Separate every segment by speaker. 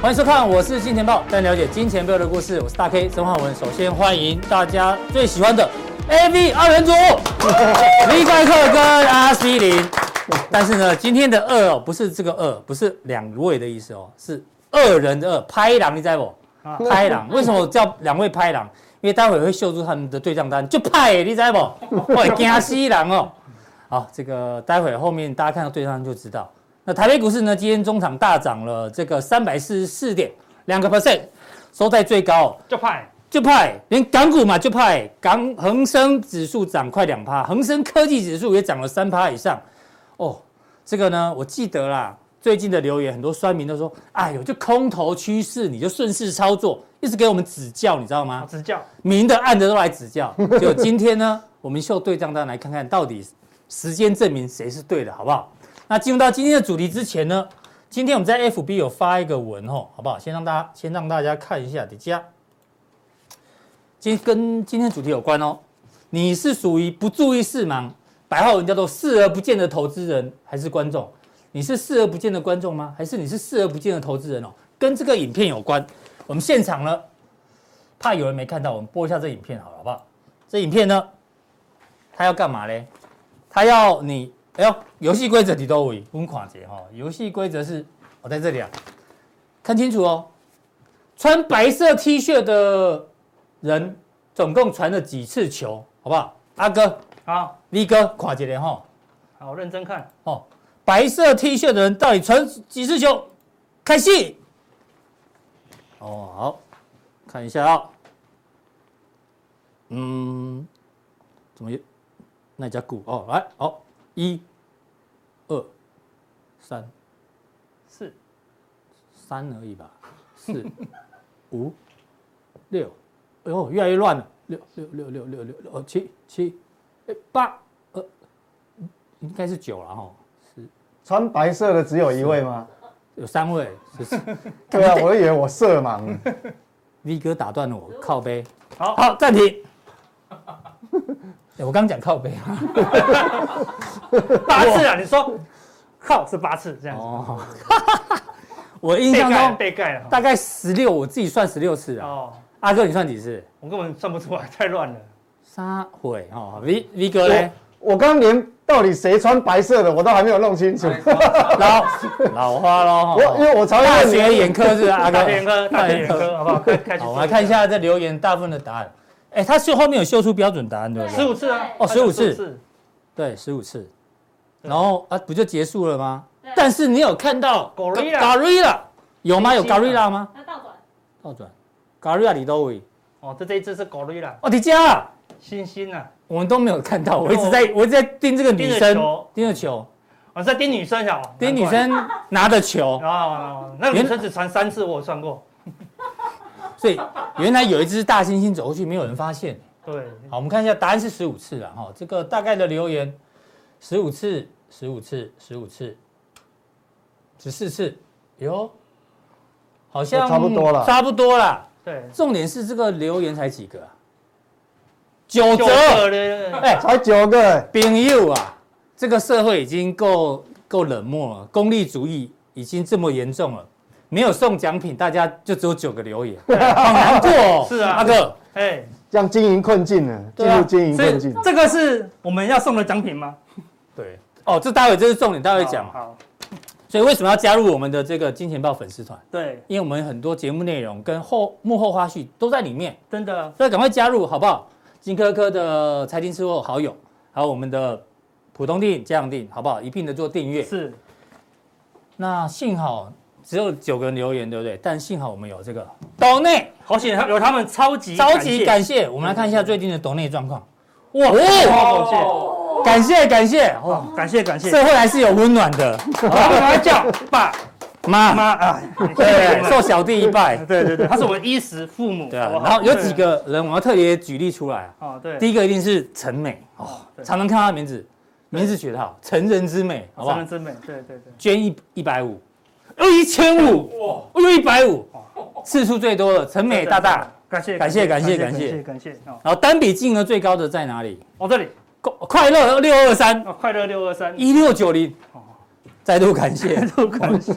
Speaker 1: 欢迎收看，我是金钱豹，带你了解金钱背后的故事。我是大 K 曾焕文。首先欢迎大家最喜欢的 AV 二人组李盖克跟阿西林。但是呢，今天的二哦，不是这个二，不是两位的意思哦，是二人的二，拍狼，你知道不？拍狼，为什么我叫两位拍狼？因为待会会秀出他们的对账单，就派、你知道不？会惊死人哦。好，这个待会后面大家看到对账单就知道。那台北股市呢，今天中场大涨了这个三百四十四点，两个 percent，收在最高哦、
Speaker 2: 就派
Speaker 1: 就派，连港股嘛就派，港恒生指数涨快两趴，恒生科技指数也涨了三趴以上。哦，这个呢，我记得啦，最近的留言很多酸民都说，哎呦，就空头趋势你就顺势操作，一直给我们指教，你知道吗？
Speaker 2: 指教，
Speaker 1: 明的暗的都来指教。 结果今天呢，我们秀对账单来看看到底时间证明谁是对的，好不好？那进入到今天的主题之前呢，今天我们在 FB 有发一个文吼，好不好？先让大家先让大家看一下底下。今天跟今天主题有关哦，你是属于不注意事盲，白话文叫做视而不见的投资人还是观众？你是视而不见的观众吗？还是你是视而不见的投资人哦？跟这个影片有关。我们现场呢怕有人没看到，我们播一下这影片好了，好不好？这影片呢，它要干嘛嘞？它要你，哎呦，游戏规则你都会，我们看一下哈。游戏规则是，我、在这里啊，看清楚哦。穿白色 T 恤的人总共传了几次球，好不好？阿哥、
Speaker 2: 好
Speaker 1: V 哥，看一下哈。
Speaker 2: 好认真看，
Speaker 1: 哦，白色 T 恤的人到底传几次球？开戏。哦，好，看一下啊、嗯，怎么有那家股哦？来，好、一、二、三、
Speaker 2: 是
Speaker 1: 三而已吧，四、五、六，哎呦，越来越乱了，六六六六六六六，哦，七七，哎八，呃，应该是九了哈，是
Speaker 3: 穿白色的只有一位吗？
Speaker 1: 有三位，是是
Speaker 3: 对啊，我以为我色盲 了。
Speaker 1: V 哥打断了我，靠背。
Speaker 2: 好
Speaker 1: 好，暂停。 欸我刚讲靠背啊。
Speaker 2: 八次啊！你说靠是八次这样子，
Speaker 1: 哦， 我印
Speaker 2: 被
Speaker 1: 象
Speaker 2: 盖了
Speaker 1: 中
Speaker 2: 被盖了。
Speaker 1: 大概十六，我自己算十六次啊。
Speaker 2: 哦，
Speaker 1: 阿哥，你算几次？
Speaker 2: 我根本算不出 来，太乱了。
Speaker 1: 三回哦。V V 哥嘞
Speaker 3: 我，我刚连到底谁穿白色的我都还没有弄清楚。
Speaker 1: 老老花喽。
Speaker 3: 我因
Speaker 1: 哎哦
Speaker 3: 为我常
Speaker 1: 大
Speaker 3: 常
Speaker 1: 学眼科是不是阿哥
Speaker 2: 大。眼科，大眼科，好不好？开开始
Speaker 1: 好，我来看一下这留言大部分的答案。哎，他是后面有秀出标准答案对不
Speaker 2: 十
Speaker 1: 对？
Speaker 2: 五次啊，
Speaker 1: 哦15次
Speaker 2: 次，
Speaker 1: 对，十五次。
Speaker 2: 对
Speaker 1: 然后啊，不就结束了吗？但是你有看到
Speaker 2: Gorilla
Speaker 1: Gorilla 啊有吗？有 Gorilla 吗？
Speaker 4: 那倒转，
Speaker 1: 倒转，Gorilla 李都伟，
Speaker 2: 哦，这这一次是 Gorilla
Speaker 1: 哦，迪迦，
Speaker 2: 星星啊，
Speaker 1: 我们都没有看到，我一直在，我一直在盯这个女
Speaker 2: 盯着
Speaker 1: 生
Speaker 2: 球，
Speaker 1: 盯着球，
Speaker 2: 我在盯女生啊，哦
Speaker 1: 盯女。生拿着球，
Speaker 2: 啊，那个女生只传三次，我有算过。
Speaker 1: 所以原来有一只大猩猩走过去，没有人发现。
Speaker 2: 对，
Speaker 1: 好，我们看一下答案是十五次了哈，这个大概的留言，十五次，十五次，十五次，十四次，哟，好像
Speaker 3: 差不多了
Speaker 1: 差不多了。
Speaker 2: 对，
Speaker 1: 重点是这个留言才几个啊？九折，
Speaker 2: 的，
Speaker 1: 哎、
Speaker 3: 才九个，
Speaker 1: 朋友啊，这个社会已经够够冷漠了，功利主义已经这么严重了，没有送奖品，大家就只有九个 留言，好难过、哦。
Speaker 2: 是啊
Speaker 1: 阿哥，
Speaker 2: 哎，
Speaker 3: 这样经营困境呢，进
Speaker 1: 对啊
Speaker 3: 入经营
Speaker 2: 所
Speaker 3: 困
Speaker 2: 以
Speaker 3: 境。
Speaker 2: 这个是我们要送的奖品吗？
Speaker 1: 对，啊哦，这待会这是重点，待会讲
Speaker 2: 好
Speaker 1: 嘛。
Speaker 2: 好，
Speaker 1: 所以为什么要加入我们的这个金钱豹粉丝团？
Speaker 2: 对，
Speaker 1: 因为我们很多节目内容跟后幕后花絮都在里面，
Speaker 2: 真的
Speaker 1: 所以赶快加入好不好？金科科的财经吃货好友，还有我们的普通电影、家长电影，好不好？一并的做订阅。
Speaker 2: 是
Speaker 1: 那幸好只有九个人留言，对不对？但幸好我们有这个岛内，
Speaker 2: 好险，有他们超级
Speaker 1: 超级
Speaker 2: 感
Speaker 1: 感谢。我们来看一下最近的岛内状况。哇，
Speaker 2: 哦
Speaker 1: 感谢感谢，哇，
Speaker 2: 哦，感谢感谢，
Speaker 1: 社会还是有温暖的。
Speaker 2: 我们来叫爸
Speaker 1: 妈，
Speaker 2: 妈啊，
Speaker 1: 对，
Speaker 2: 对
Speaker 1: 受小弟一拜。
Speaker 2: 对对对，他是我们衣食父母，
Speaker 1: 对啊
Speaker 2: 好不，好
Speaker 1: 然后有几，个人我要特别举例出来啊。
Speaker 2: 哦对，
Speaker 1: 第
Speaker 2: 一
Speaker 1: 一个一定是陈美哦
Speaker 2: 哦，对
Speaker 1: 常常看她的名字，名字取得好，成人之美，好不
Speaker 2: 哦三
Speaker 1: 好
Speaker 2: 人？之美，对对对，
Speaker 1: 捐一一百五，又一千五，哦又一百五，次数最多的陈美大大。，
Speaker 2: 感谢
Speaker 1: 感谢感
Speaker 2: 感
Speaker 1: 谢
Speaker 2: 谢感谢哦，
Speaker 1: 然后单笔金额最高的在哪里？
Speaker 2: 我这里
Speaker 1: 快快乐六二三
Speaker 2: 哦快乐六二三，
Speaker 1: 一六九零
Speaker 2: 哦，
Speaker 1: 再度感 谢，
Speaker 2: 都感谢。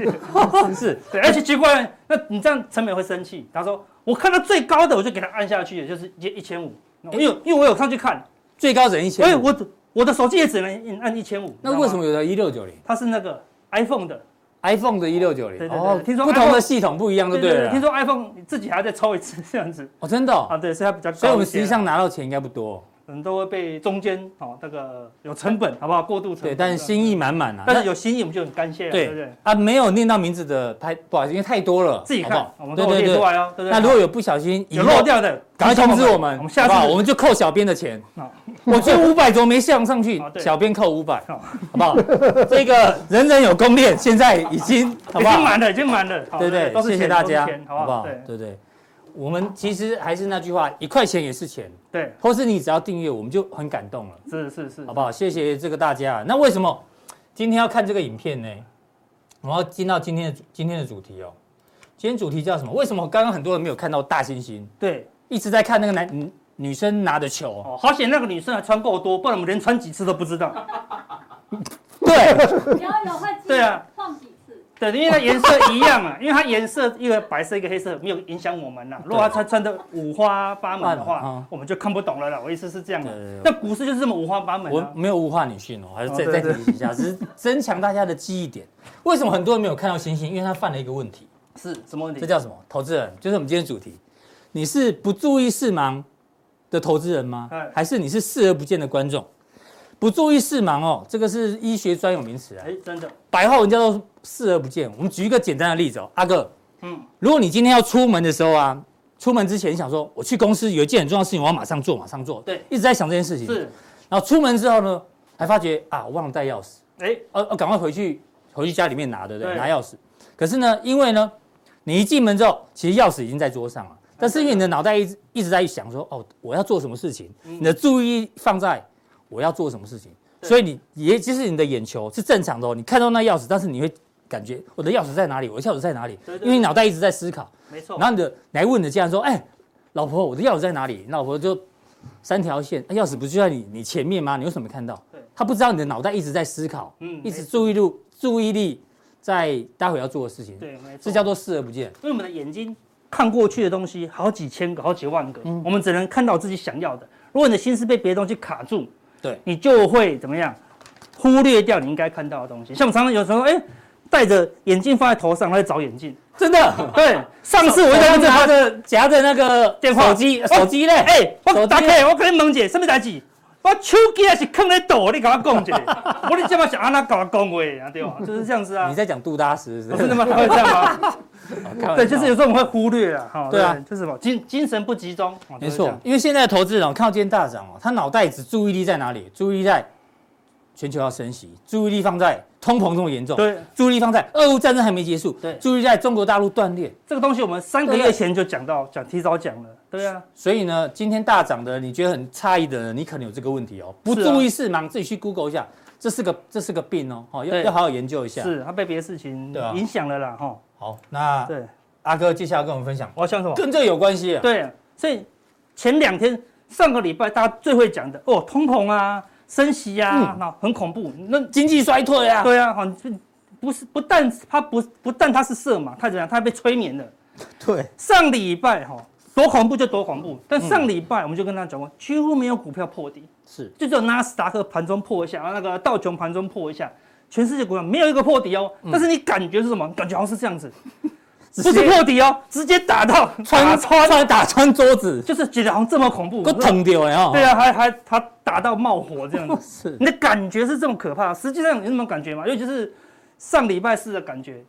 Speaker 1: 真是
Speaker 2: 对，而且奇怪，那你这样陈美会生气。他说我看到最高的我就给他按下去，也就是一一千五。哦因为因为我有上去看，
Speaker 1: 最高只能一
Speaker 2: 所以
Speaker 1: 千五。
Speaker 2: 我只我的手机也只能按一千五。
Speaker 1: 那为什
Speaker 2: 么
Speaker 1: 么有的一六九零
Speaker 2: 它是那个 iPhone 的？
Speaker 1: iPhone 的一六九零？哦
Speaker 2: 对对对听说
Speaker 1: 不同
Speaker 2: iPhone-
Speaker 1: 的系统不一样，就嗯对了啦。
Speaker 2: 听说 iPhone 你自己还要再抽一次这样子
Speaker 1: 哦，真的哦，
Speaker 2: 啊？对，所以它比较高一些。啊
Speaker 1: 所以我们实际上拿到钱应该不多，
Speaker 2: 可能都会被中间哦那个有成本，好不好？过度成本。
Speaker 1: 对，但是心意满满啊。
Speaker 2: 但是有心意我们就很感谢了，对不
Speaker 1: 对
Speaker 2: 对？
Speaker 1: 啊，没有念到名字的拍，不好意思，因为太多了，
Speaker 2: 自己
Speaker 1: 好不
Speaker 2: 看
Speaker 1: 好，
Speaker 2: 我们
Speaker 1: 对
Speaker 2: 都有
Speaker 1: 对
Speaker 2: 列
Speaker 1: 对
Speaker 2: 出。来哦，对不对？
Speaker 1: 那如果有不小心
Speaker 2: 有漏，掉的，
Speaker 1: 赶快通知我们，
Speaker 2: 我们下
Speaker 1: 好不好
Speaker 2: 次
Speaker 1: 我们就扣小编的钱
Speaker 2: 好。
Speaker 1: 我捐五百怎么没上上去
Speaker 2: 好？对
Speaker 1: 小编扣五百，
Speaker 2: 好
Speaker 1: 好不好？这个人人有攻略，现在已经好不
Speaker 2: 已经
Speaker 1: 好？
Speaker 2: 满了，已经满了，好
Speaker 1: 对
Speaker 2: 对
Speaker 1: 对，
Speaker 2: 都是
Speaker 1: 谢谢
Speaker 2: 钱
Speaker 1: 大
Speaker 2: 都是
Speaker 1: 家
Speaker 2: 钱，好
Speaker 1: 好
Speaker 2: 不
Speaker 1: 不
Speaker 2: 好？
Speaker 1: 好？
Speaker 2: 对
Speaker 1: 对对，我们其实还是那句话，一块钱也是钱，
Speaker 2: 对，
Speaker 1: 或是你只要订阅，我们就很感动了。
Speaker 2: 是是是
Speaker 1: 好，不好？谢谢这个大家。那为什么今天要看这个影片呢？我们要进到今天的今天的主题哦。今天主题叫什么？为什么刚刚很多人没有看到大猩猩，
Speaker 2: 对
Speaker 1: 一直在看那个男女女生拿的球？
Speaker 2: 哦，好险那个女生还穿够多，不然我们连穿几次都不知道。
Speaker 1: 对，
Speaker 4: 你要有换季，
Speaker 2: 对啊，
Speaker 4: 放几次？
Speaker 2: 对，因为它颜色一样啊，因 为它颜色一个白色一个黑色，没有影响我们呐、如果它穿穿的五花八门
Speaker 1: 八
Speaker 2: 的
Speaker 1: 门
Speaker 2: 话
Speaker 1: 嗯，
Speaker 2: 我们就看不懂了啦。我意思是这样
Speaker 1: 对对对，
Speaker 2: 的那股市就是这么五花八门
Speaker 1: 我
Speaker 2: 啊。
Speaker 1: 没有物化女性哦，还是再、
Speaker 2: 哦对
Speaker 1: 再提醒一下，只 是增强大家的记忆点。为什么很多人没有看到猩猩？因为他犯了一个问题，
Speaker 2: 是什么问
Speaker 1: 这
Speaker 2: 题？
Speaker 1: 叫什么？投资人，就是我们今天的主题。你是不注意视盲的投资人吗
Speaker 2: 哎？
Speaker 1: 还是你是视而不见的观众？不注意视盲哦，这个是医学专有名词啊
Speaker 2: 哎，，真的，
Speaker 1: 白话文叫做视而不见。我们举一个简单的例子哦，阿哥，
Speaker 2: 嗯，
Speaker 1: 如果你今天要出门的时候啊，出门之前想说，我去公司有一件很重要的事情，我要马上做，马上做，
Speaker 2: 对
Speaker 1: 一直在想这件事情。
Speaker 2: 是，
Speaker 1: 然后出门之后呢，还发觉啊，忘了带钥匙，
Speaker 2: 哎，
Speaker 1: 哦、哦，赶快回去回去家里面拿，对不对？
Speaker 2: 对
Speaker 1: 拿钥匙。可是呢，因为呢，你一进门之后，其实钥匙已经在桌上了，但是因为你的脑袋一直一直在想说，哦，我要做什么事情，你的注意力放在我要做什么事情，
Speaker 2: 嗯对
Speaker 1: 所以你也即使你的眼球是正常的哦，你看到那钥匙，但是你会感觉我的钥匙在哪里，我的钥匙在哪里
Speaker 2: 对，对
Speaker 1: 因为你脑袋一直在思考。
Speaker 2: 没错
Speaker 1: 然。后你的你还问你的家人说：“哎，老婆，我的钥匙在哪里？”你老婆就三条线，哎钥匙不是就在你你前面吗？你为什么没看到
Speaker 2: 对？
Speaker 1: 他不知道你的脑袋一直在思考，
Speaker 2: 嗯
Speaker 1: 一直
Speaker 2: 没错
Speaker 1: 注意力注意力在待会要做的事情，
Speaker 2: 对，没错。
Speaker 1: 这叫做视而不见。
Speaker 2: 因为我们的眼睛看过去的东西好几千个、好几万个，
Speaker 1: 嗯
Speaker 2: 我们只能看到自己想要的。如果你的心思被别的东西卡住，
Speaker 1: 对
Speaker 2: 你就会怎么样？忽略掉你应该看到的东西。像我们常常有时候，哎、戴着眼镜放在头上，然后在找眼镜。
Speaker 1: 真的，
Speaker 2: 对，上次我就在这
Speaker 1: 拿
Speaker 2: 发现，
Speaker 1: 着夹着那个
Speaker 2: 电话
Speaker 1: 手机
Speaker 2: 哦
Speaker 1: 手机嘞，
Speaker 2: 哎、我
Speaker 1: 手
Speaker 2: 打
Speaker 1: 机
Speaker 2: 开，我跟你问姐，什么代志？我手机也是放在兜，你跟我讲一下。 我你这么想，安那跟我讲话啊？对吧？就是这样子啊
Speaker 1: 你。在讲杜大师是不
Speaker 2: 我
Speaker 1: 是
Speaker 2: 是那么会这样哦吗？
Speaker 1: 开玩笑
Speaker 2: 对，就是有时候我们会忽略啊，哈，
Speaker 1: 对啊
Speaker 2: 就是什么精精神不集中，哦
Speaker 1: 没错，，因为现在的投资人哦看到今天大涨哦，他脑袋只注意力在哪里？注意力在全球要升息，注意力放在通膨这么严重，
Speaker 2: 对
Speaker 1: 注意力放在俄乌战争还没结束，
Speaker 2: 对
Speaker 1: 注意力在中国大陆断裂。
Speaker 2: 这个东西我们三个
Speaker 1: 对
Speaker 2: 月
Speaker 1: 啊
Speaker 2: 前就讲到，讲提早讲了，对啊，
Speaker 1: 所以呢，今天大涨的你觉得很诧异的人，你可能有这个问题哦，不
Speaker 2: 是啊
Speaker 1: 注意视盲，自己去 Google 一下，这是个这是个病哦，哦要
Speaker 2: 对
Speaker 1: 要好好研究一下。
Speaker 2: 是他被别的事情
Speaker 1: 对啊
Speaker 2: 影响了啦，哈，
Speaker 1: 好，那
Speaker 2: 对，
Speaker 1: 阿哥接下来跟我们分享
Speaker 2: 我要想什么？
Speaker 1: 跟这个有关系啊，
Speaker 2: 对，所以前两天上个礼拜大家最会讲的哦，通膨啊，升息啊，那很恐怖，那
Speaker 1: 经济衰退嗯啊，
Speaker 2: 对啊，哈，你不是不但他不不但他是色盲，他怎样？他被催眠了。
Speaker 1: 对，
Speaker 2: 上礼拜哈、多恐怖就多恐怖，但
Speaker 1: 嗯
Speaker 2: 上礼拜我们就跟他讲过，几乎没有股票破底，
Speaker 1: 是
Speaker 2: 就只有纳斯达克盘中破一下，然后那个道琼盘中破一下，全世界股票没有一个破底哦。但是你感觉是什么？感觉好像是这样子，不
Speaker 1: 嗯直
Speaker 2: 是
Speaker 1: 接
Speaker 2: 破底哦，直接打到
Speaker 1: 穿
Speaker 2: 打
Speaker 1: 穿打穿桌子，
Speaker 2: 就是觉得好像这么恐怖，
Speaker 1: 够疼掉哎哦。
Speaker 2: 对啊，还还他打到冒火这样 子。
Speaker 1: 是
Speaker 2: 你的感觉是这么可怕，实际上你有什么感觉吗？尤其是上礼拜四的感觉，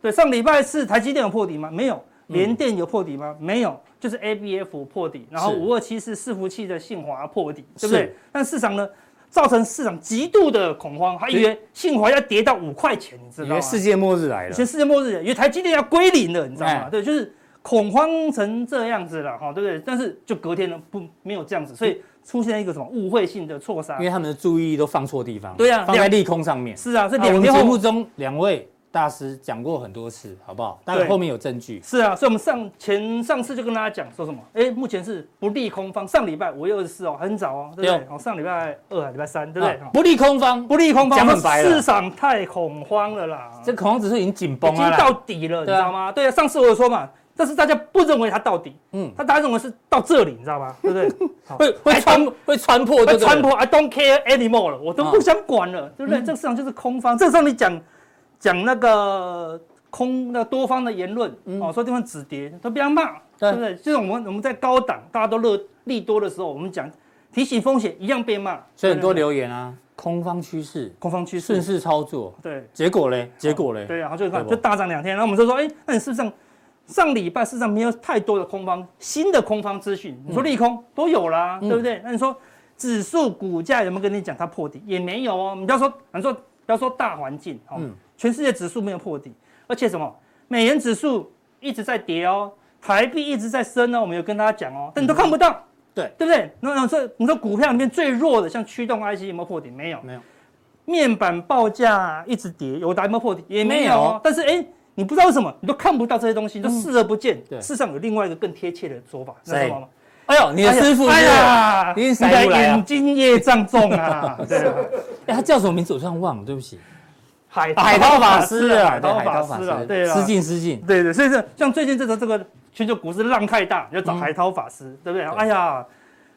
Speaker 2: 对，上礼拜四台积电有破底吗？没有，联电有破底吗？没有，就是 A B F 破底，然后
Speaker 1: 嗯是
Speaker 2: 五二七四伺服器的信华破底，对不对
Speaker 1: 是？
Speaker 2: 但市场呢，造成市场极度的恐慌，还以为信华要跌到五块钱，你知
Speaker 1: 以
Speaker 2: 道吗
Speaker 1: 为？世界末日来了
Speaker 2: 全。世界末日，因为台积电要归零了，你知道吗
Speaker 1: 哎？
Speaker 2: 对，就是恐慌成这样子了，哈，对不对？但是就隔天呢，不没有这样子，所以出现一个什么误会性的错杀
Speaker 1: 因。为他们的注意力都放错地方，
Speaker 2: 对啊
Speaker 1: 放在
Speaker 2: 两
Speaker 1: 利空上面。
Speaker 2: 是啊，这
Speaker 1: 那我
Speaker 2: 两
Speaker 1: 们
Speaker 2: 天
Speaker 1: 节目
Speaker 2: 后
Speaker 1: 中两位大师讲过很多次，好不好？当然
Speaker 2: 对
Speaker 1: 后面有证据。
Speaker 2: 是啊，所以我们上前上次就跟大家讲说什么？哎，目前是不利空方。上礼拜五月二十四哦，很早哦，对不
Speaker 1: 对
Speaker 2: 对？哦，上礼拜二还礼拜三，对不对？
Speaker 1: 啊
Speaker 2: 哦
Speaker 1: 不利空方，
Speaker 2: 不利空方，
Speaker 1: 讲很白了
Speaker 2: 市场太恐慌了啦，
Speaker 1: 这恐慌指数已经紧绷
Speaker 2: 已
Speaker 1: 了
Speaker 2: 经
Speaker 1: 啦。
Speaker 2: 到底了，你
Speaker 1: 对啊
Speaker 2: 知道吗？对啊，上次我有说嘛，但是大家不认为它到底，
Speaker 1: 嗯，
Speaker 2: 那大家认为是到这里，你知道吗？对不对？好
Speaker 1: 会会穿会穿破这
Speaker 2: 哎
Speaker 1: 个
Speaker 2: 会穿破，I don't care anymore 了，我都
Speaker 1: 啊嗯
Speaker 2: 不想管了，对不对？这个市场就是空方，这个时候你讲讲那个空那多方的言论，哦，说地方止跌都被他骂，
Speaker 1: 嗯对
Speaker 2: 对不对？就是我们我们在高档大家都乐利多的时候，我们讲提醒风险一样被骂，
Speaker 1: 所以很多
Speaker 2: 对不
Speaker 1: 留
Speaker 2: 对
Speaker 1: 言啊，空方趋势，
Speaker 2: 空方趋
Speaker 1: 顺
Speaker 2: 势，
Speaker 1: 势操作，
Speaker 2: 对
Speaker 1: 结果嘞，结果嘞，
Speaker 2: 对啊，然后就看
Speaker 1: 对不
Speaker 2: 就大涨两天，然后我们就说，哎，那你事实上上礼拜事实上没有太多的空方新的空方资讯，
Speaker 1: 嗯
Speaker 2: 你说利空都有啦，对不对？那你说指数股价有没有跟你讲它破底？也没有哦。你不要说，你说不要说大环境哦，
Speaker 1: 嗯
Speaker 2: 全世界指数没有破底，而且什么美元指数一直在跌哦，台币一直在升哦，我们有跟大家讲哦，但你都看不到，
Speaker 1: 嗯对
Speaker 2: 对不对？那那说你说股票里面最弱的像驱动 IC 有没有破底？没有，
Speaker 1: 没有。面
Speaker 2: 面板报价一直跌，有达摩破底也没有
Speaker 1: 没有
Speaker 2: 哦，但是哎、你不知道为什么，你都看不到这些东西，你都视而不见。
Speaker 1: 对
Speaker 2: 世上有另外一个更贴切的说法，你知
Speaker 1: 谁
Speaker 2: 道吗？
Speaker 1: 哎呦，你的师傅是不
Speaker 2: 哎
Speaker 1: 是，
Speaker 2: 呀，
Speaker 1: 你
Speaker 2: 你
Speaker 1: 是塞
Speaker 2: 的
Speaker 1: 不来啊
Speaker 2: 眼睛业障重啊！对啊，
Speaker 1: 哎，他叫什么名字我突然忘了，对不起，
Speaker 2: 海
Speaker 1: 海涛法师啊，
Speaker 2: 海
Speaker 1: 对
Speaker 2: 涛法师啊，对啊，
Speaker 1: 失敬失敬，
Speaker 2: 对对，所以说像最近这个这个全球股市浪太大，你要找海涛法师，对不对？哎呀，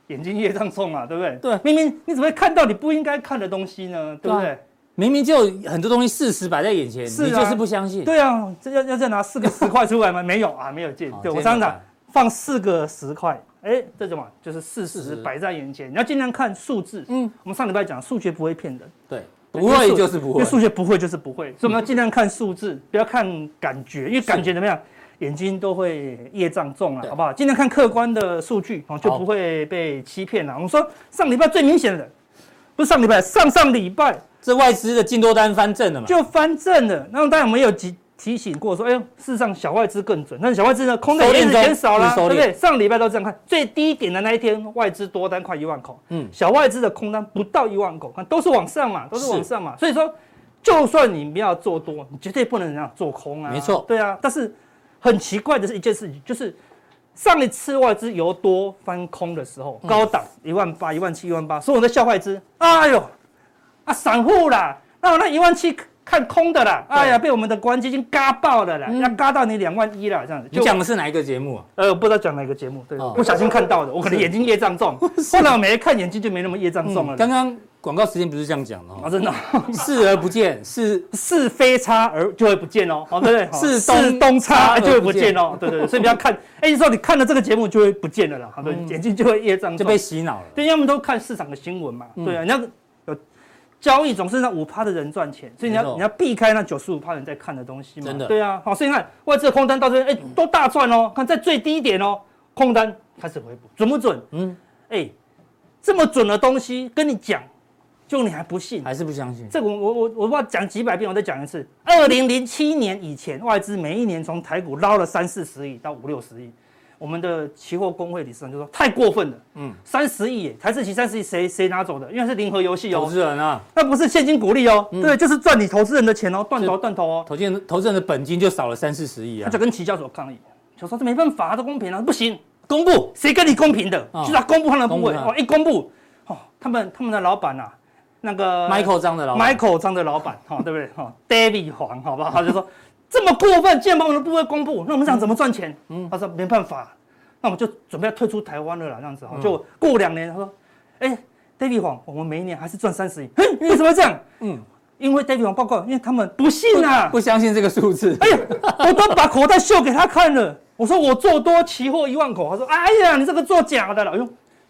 Speaker 2: 眼睛业障重啊，对不对？
Speaker 1: 对
Speaker 2: 明明你怎么会看到你不应该看的东西呢？对不
Speaker 1: 对啊
Speaker 2: 对？
Speaker 1: 明明就有很多东西事实摆在眼前，
Speaker 2: 是啊
Speaker 1: 你就是不相信。
Speaker 2: 对啊，这要要再拿四个十块出来吗？没 有啊，没有见
Speaker 1: 哦，。今
Speaker 2: 对
Speaker 1: 天
Speaker 2: 我常
Speaker 1: 怎么
Speaker 2: 常
Speaker 1: 办
Speaker 2: 放四个十块，哎，这什么就是事
Speaker 1: 事
Speaker 2: 实
Speaker 1: 实
Speaker 2: 摆在眼前，你要尽量看数字。
Speaker 1: 嗯
Speaker 2: 嗯，我们上礼拜讲数学不会骗人，
Speaker 1: 对，不会就是不
Speaker 2: 因
Speaker 1: 会
Speaker 2: 为。数学不会就是不会，所以我们要尽量看数字，不要看感觉，因为感觉怎么样？眼睛都会业障重了
Speaker 1: 对，
Speaker 2: 好不好？尽量看客观的数据哦，就
Speaker 1: 好
Speaker 2: 不会被欺骗啊了。我们说上礼拜最明显的，不是上礼拜，上上礼拜
Speaker 1: 这外资的净多单翻正了嘛？
Speaker 2: 就翻正了。那当然我们有提提醒过说，哎呦，事实上小外资更准，但是小外资呢，空单
Speaker 1: 收敛
Speaker 2: 也一直
Speaker 1: 中
Speaker 2: 减少
Speaker 1: 一
Speaker 2: 啦，
Speaker 1: 直收敛
Speaker 2: 对不对？上礼拜都这样看，最低点的那一天，外资多单快一万口，
Speaker 1: 嗯
Speaker 2: 嗯，小外资的空单不到一万口，看都是往上嘛，都是
Speaker 1: 是
Speaker 2: 往上嘛，所以说，就算你不要做多，你绝对不能这样做空啊，
Speaker 1: 没错
Speaker 2: 对啊，但是很奇怪的是一件事情，就是上一次外资由多翻空的时候，
Speaker 1: 嗯
Speaker 2: 高档一万八、一万七、一万八，所以我在笑外资，哎呦，啊散户啦，那我那一万七看空的啦，哎呀，被我们的国安基金嘎爆了啦，要嘎到你两万一啦，这样子。
Speaker 1: 嗯你讲的是哪一个节目啊？
Speaker 2: 呃，不知道讲哪个节目，对，
Speaker 1: 哦
Speaker 2: 不小心看到的，我可能眼睛业 障重，后来我没看眼睛就没那么业障重了。
Speaker 1: 嗯刚刚广告时间不是这样讲的
Speaker 2: 啊，
Speaker 1: 哦，
Speaker 2: 真的哦
Speaker 1: 视而不见，是
Speaker 2: 是非差而就会不见哦，哦对不 对？
Speaker 1: 是
Speaker 2: 哦是
Speaker 1: 东
Speaker 2: 东差
Speaker 1: 差而
Speaker 2: 就会
Speaker 1: 不
Speaker 2: 不
Speaker 1: 见
Speaker 2: 见哦，对对对，所以不 要看，哎，你说你看了这个节目就会不见了啦，好哦对，眼睛就会业障
Speaker 1: 嗯就
Speaker 2: 重
Speaker 1: 被。洗脑了。
Speaker 2: 对，要么都看市场的新闻嘛。
Speaker 1: 嗯
Speaker 2: 对啊，你要有交易总是让五趴的人赚钱，所以你
Speaker 1: 没
Speaker 2: 要
Speaker 1: 错
Speaker 2: 你要避开那九十五趴人在看的东西嘛。
Speaker 1: 真的嗯
Speaker 2: 对啊，好，所以你看外资的空单到这边，哎，都大赚哦。看在最低点哦，空单开始回补，准不准？
Speaker 1: 嗯
Speaker 2: 嗯，哎，这么准的东西跟你讲，就你还不信。
Speaker 1: 还是不相信。
Speaker 2: 这个我我我我不知道讲几百遍，我再讲一次。二零零七年以前，外资每一年从台股捞了三四十亿到五六十亿，我们的期货工会理事长就说太过分了。
Speaker 1: 嗯
Speaker 2: 嗯，三十亿耶，台式期三十亿谁谁拿走的？因为是零和游戏
Speaker 1: 投
Speaker 2: 哦，
Speaker 1: 资嗯人啊，
Speaker 2: 那不是现金股利哦，对，就是赚你投资人的钱哦，断头断头哦。
Speaker 1: 投资人投资人的本金就少了三四十亿
Speaker 2: 他
Speaker 1: 啊
Speaker 2: 就。跟期交所抗议，就说这没办法啊，这公平啊，不行，
Speaker 1: 公布
Speaker 2: 谁跟你公平的？
Speaker 1: 哦
Speaker 2: 就是他公布他们的部
Speaker 1: 公
Speaker 2: 位
Speaker 1: 布他
Speaker 2: 哦，一公布，哦，他们他们的老板啊，那个
Speaker 1: Michael 张的老板
Speaker 2: Michael 张的老板，哈、对不对？哈、d a v i d 黄，好不好？他就说这么过分，竟然把我们的部位公布，那我们想怎么赚钱？
Speaker 1: 嗯
Speaker 2: 他说没办法，那我们就准备要退出台湾了啦，这样子
Speaker 1: 嗯
Speaker 2: 哈、就过两年，他说，哎，David 黄，我们每一年还是赚三十亿，哼，你为什么要这样？
Speaker 1: 嗯
Speaker 2: 嗯，因为 David 黄报告，因为他们不信啊，
Speaker 1: 不相信这个数字，
Speaker 2: 哎呀，我都把口袋秀给他看了。我说我做多期货一万口，他说哎呀，你这个做假的了。哎呦，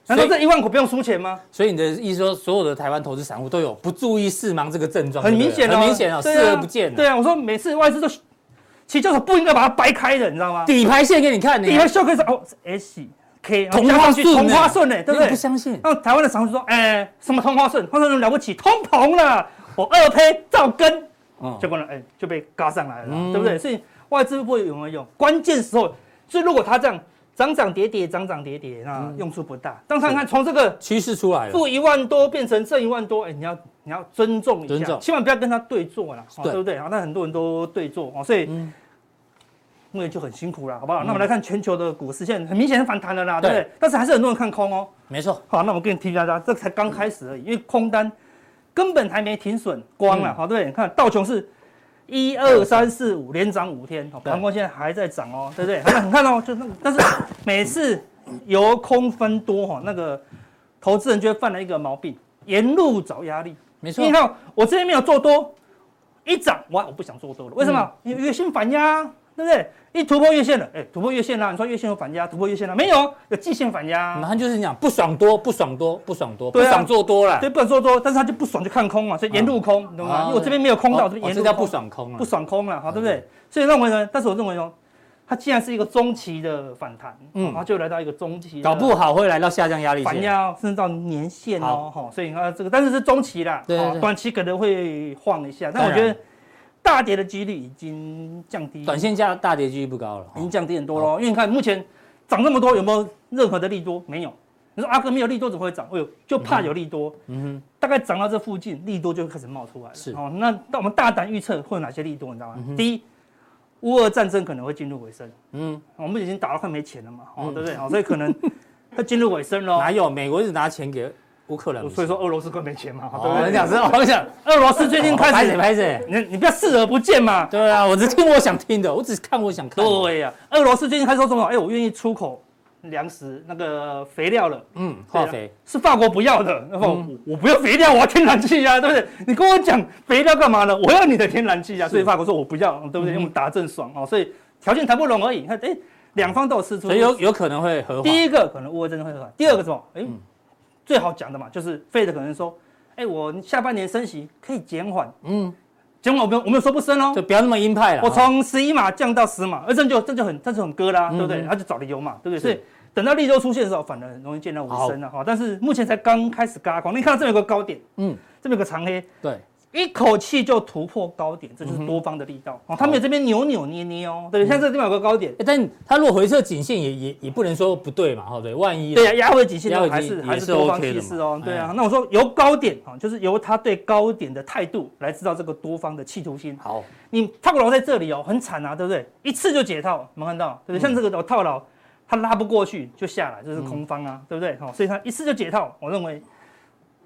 Speaker 2: 难道这一万口不用输钱吗？
Speaker 1: 所以你的意思说，所有的台湾投资散户都有不注意视盲这个症状，
Speaker 2: 很
Speaker 1: 对
Speaker 2: 明
Speaker 1: 不对
Speaker 2: 显哦，
Speaker 1: 很明显啊，视
Speaker 2: 对啊
Speaker 1: 而不见。
Speaker 2: 对，啊，我说每次外资都，其实就是不应该把它掰开的，你知道吗？
Speaker 1: 底牌线给你看，
Speaker 2: 第
Speaker 1: 你
Speaker 2: 一秀可以说哦是，S K
Speaker 1: 同花顺呢
Speaker 2: 同花顺呢，对不
Speaker 1: 你
Speaker 2: 对？
Speaker 1: 不相信，
Speaker 2: 那台湾的常说，哎，什么同花顺，花顺了不起，通膨了，我二胚照跟，
Speaker 1: 嗯
Speaker 2: 结果呢，哎，就被嘎上来了，
Speaker 1: 嗯
Speaker 2: 对不对？所以外资会有没有用？关键时候，所以如果它这样涨涨跌跌，涨涨跌
Speaker 1: 嗯
Speaker 2: 跌，那用处不大。当然看从这个
Speaker 1: 趋势出来了，
Speaker 2: 负一万多变成正一万多，哎，你要你要尊重一
Speaker 1: 尊
Speaker 2: 下，
Speaker 1: 重
Speaker 2: 千万不要跟他对坐啦，哦
Speaker 1: 对
Speaker 2: 对不对？啊，那很多人都对坐哦，所以
Speaker 1: 嗯
Speaker 2: 木业就很辛苦了，好不好？那我们来看全球的股市，现在很明显是反弹了啦，对不
Speaker 1: 对
Speaker 2: 对？但是还是很多人看空哦。
Speaker 1: 没错，
Speaker 2: 好，那我跟你提醒大家，这才刚
Speaker 1: 嗯
Speaker 2: 开始而已，因为空单根本还没停损光
Speaker 1: 嗯
Speaker 2: 了，好、对不对？你看道琼是一二三四五连涨五天，好
Speaker 1: 对
Speaker 2: 盘光现在还在涨哦，对不对？那你看哦，就那个但是每次由空分多哈、那个投资人就会犯了一个毛病，沿路找压力。
Speaker 1: 没错
Speaker 2: 你，看哦我这边没有做多，一涨哇，我不想做多了，为什么？
Speaker 1: 嗯
Speaker 2: 因为月线反压，啊对不对？一突破月线了，哎，突破月线啦、你说月线有反压，突破月线啦、没有？有季线反压啊、
Speaker 1: 马上就是讲不爽多，不爽多，不爽多，不
Speaker 2: 对啊
Speaker 1: 爽做多了，
Speaker 2: 对，不能做多，但是他就不爽就看空嘛，所以沿路空，你懂
Speaker 1: 啊
Speaker 2: 吗？因为我这边没有空到，
Speaker 1: 哦
Speaker 2: 我这边
Speaker 1: 哦
Speaker 2: 沿
Speaker 1: 这
Speaker 2: 路
Speaker 1: 叫
Speaker 2: 空
Speaker 1: 不爽嗯空了，
Speaker 2: 不爽空了，好，对不对？所以认为呢，但是我认为哦，它既然是一个中期的反弹，
Speaker 1: 嗯
Speaker 2: 嗯，然后就来到一个中期的
Speaker 1: 搞不好会来到下降压力
Speaker 2: 反
Speaker 1: 线，
Speaker 2: 压哦，甚至到年线哦，哈，所以你看这个，但是是中期啦，
Speaker 1: 对对
Speaker 2: 哦
Speaker 1: 对
Speaker 2: 短期可能会晃一下，
Speaker 1: 当
Speaker 2: 但我
Speaker 1: 然
Speaker 2: 觉得大跌的几率已经降低，
Speaker 1: 短线价大跌几率不高了
Speaker 2: 已。经降低很多喽。因为你看目前涨这么多，有没有任何的利多？没有。你说阿哥没有利多怎么会涨？哎呦，就怕有利多。嗯哼，大概涨到这附近，利多就开始冒出来了。
Speaker 1: 是
Speaker 2: 哦，那那我们大胆预测会有哪些利多？你知道吗？第一，乌俄战争可能会进入尾声。
Speaker 1: 嗯
Speaker 2: 嗯，我们已经打到快没钱了嘛，哦，对不对？哦，所以 可能它进入尾声喽。
Speaker 1: 哦哪有美国是拿钱给乌克兰？
Speaker 2: 所以说，俄罗斯快没钱嘛，
Speaker 1: 哦
Speaker 2: 对
Speaker 1: 我
Speaker 2: 不
Speaker 1: 很
Speaker 2: 对？
Speaker 1: 想知道，我想
Speaker 2: 俄罗斯最近开
Speaker 1: 哦拍谁
Speaker 2: 始，
Speaker 1: 拍谁？
Speaker 2: 你你不要视而不见嘛。
Speaker 1: 对啊，我只听我想听的，我只看我想看的。
Speaker 2: 对呀、俄罗斯最近开始说什么？哎、我愿意出口粮食那个肥料了。
Speaker 1: 嗯，
Speaker 2: 对
Speaker 1: 化
Speaker 2: 啊
Speaker 1: 肥
Speaker 2: 是法国不要的，然后我我不要肥料，我要天然气呀、啊，对不对？你跟我讲肥料干嘛呢？我要你的天然气呀、啊，所以法国说我不要，对不对？我们打得正爽哦，所以条件谈不拢而已。你看，哎，两方都有吃出。
Speaker 1: 所以有有可能会合
Speaker 2: 第
Speaker 1: 一，
Speaker 2: 一个可能乌俄战争会很，第二个什么？哎，最好讲的嘛，就是费的可能说，哎，我下半年升息可以减缓，
Speaker 1: 嗯，
Speaker 2: 减缓我没有我没有说不升哦
Speaker 1: 就，不要那么鹰派了。
Speaker 2: 我从十一码降到十码，而呃这样就这样就很这样就很割啦，对不对？
Speaker 1: 嗯
Speaker 2: 然后就找理由嘛，对不对？
Speaker 1: 是
Speaker 2: 所以等到利多出现的时候，反而很容易见到尾声了啊哈。但是目前才刚开始嘎空，你 看到这边有个高点，
Speaker 1: 嗯，
Speaker 2: 这边有个长黑，
Speaker 1: 对，
Speaker 2: 一口气就突破高点，
Speaker 1: 嗯
Speaker 2: 这就是多方的力道、哦。他们有这边扭扭捏捏哦，对，像这个地方有个高点，
Speaker 1: 诶但它如果回撤颈线也也也不能说不对嘛，哈，对，万一
Speaker 2: 对呀、啊压回颈线
Speaker 1: 压回
Speaker 2: 还
Speaker 1: 颈
Speaker 2: 是
Speaker 1: 也
Speaker 2: 还
Speaker 1: 是
Speaker 2: 是多方
Speaker 1: OK 的
Speaker 2: 趋
Speaker 1: 嘛
Speaker 2: 势哦，对啊
Speaker 1: 哎。
Speaker 2: 那我说由高点啊，哦就是由他对高点的态度来知道这个多方的企图心。
Speaker 1: 好，
Speaker 2: 你套牢在这里哦，很惨啊，对不对？一次就解套，有没有看到？对不
Speaker 1: 嗯
Speaker 2: 对？像这个哦套牢，它拉不过去就下来，这是空方啊，对不对？好、所以它一次就解套，我认为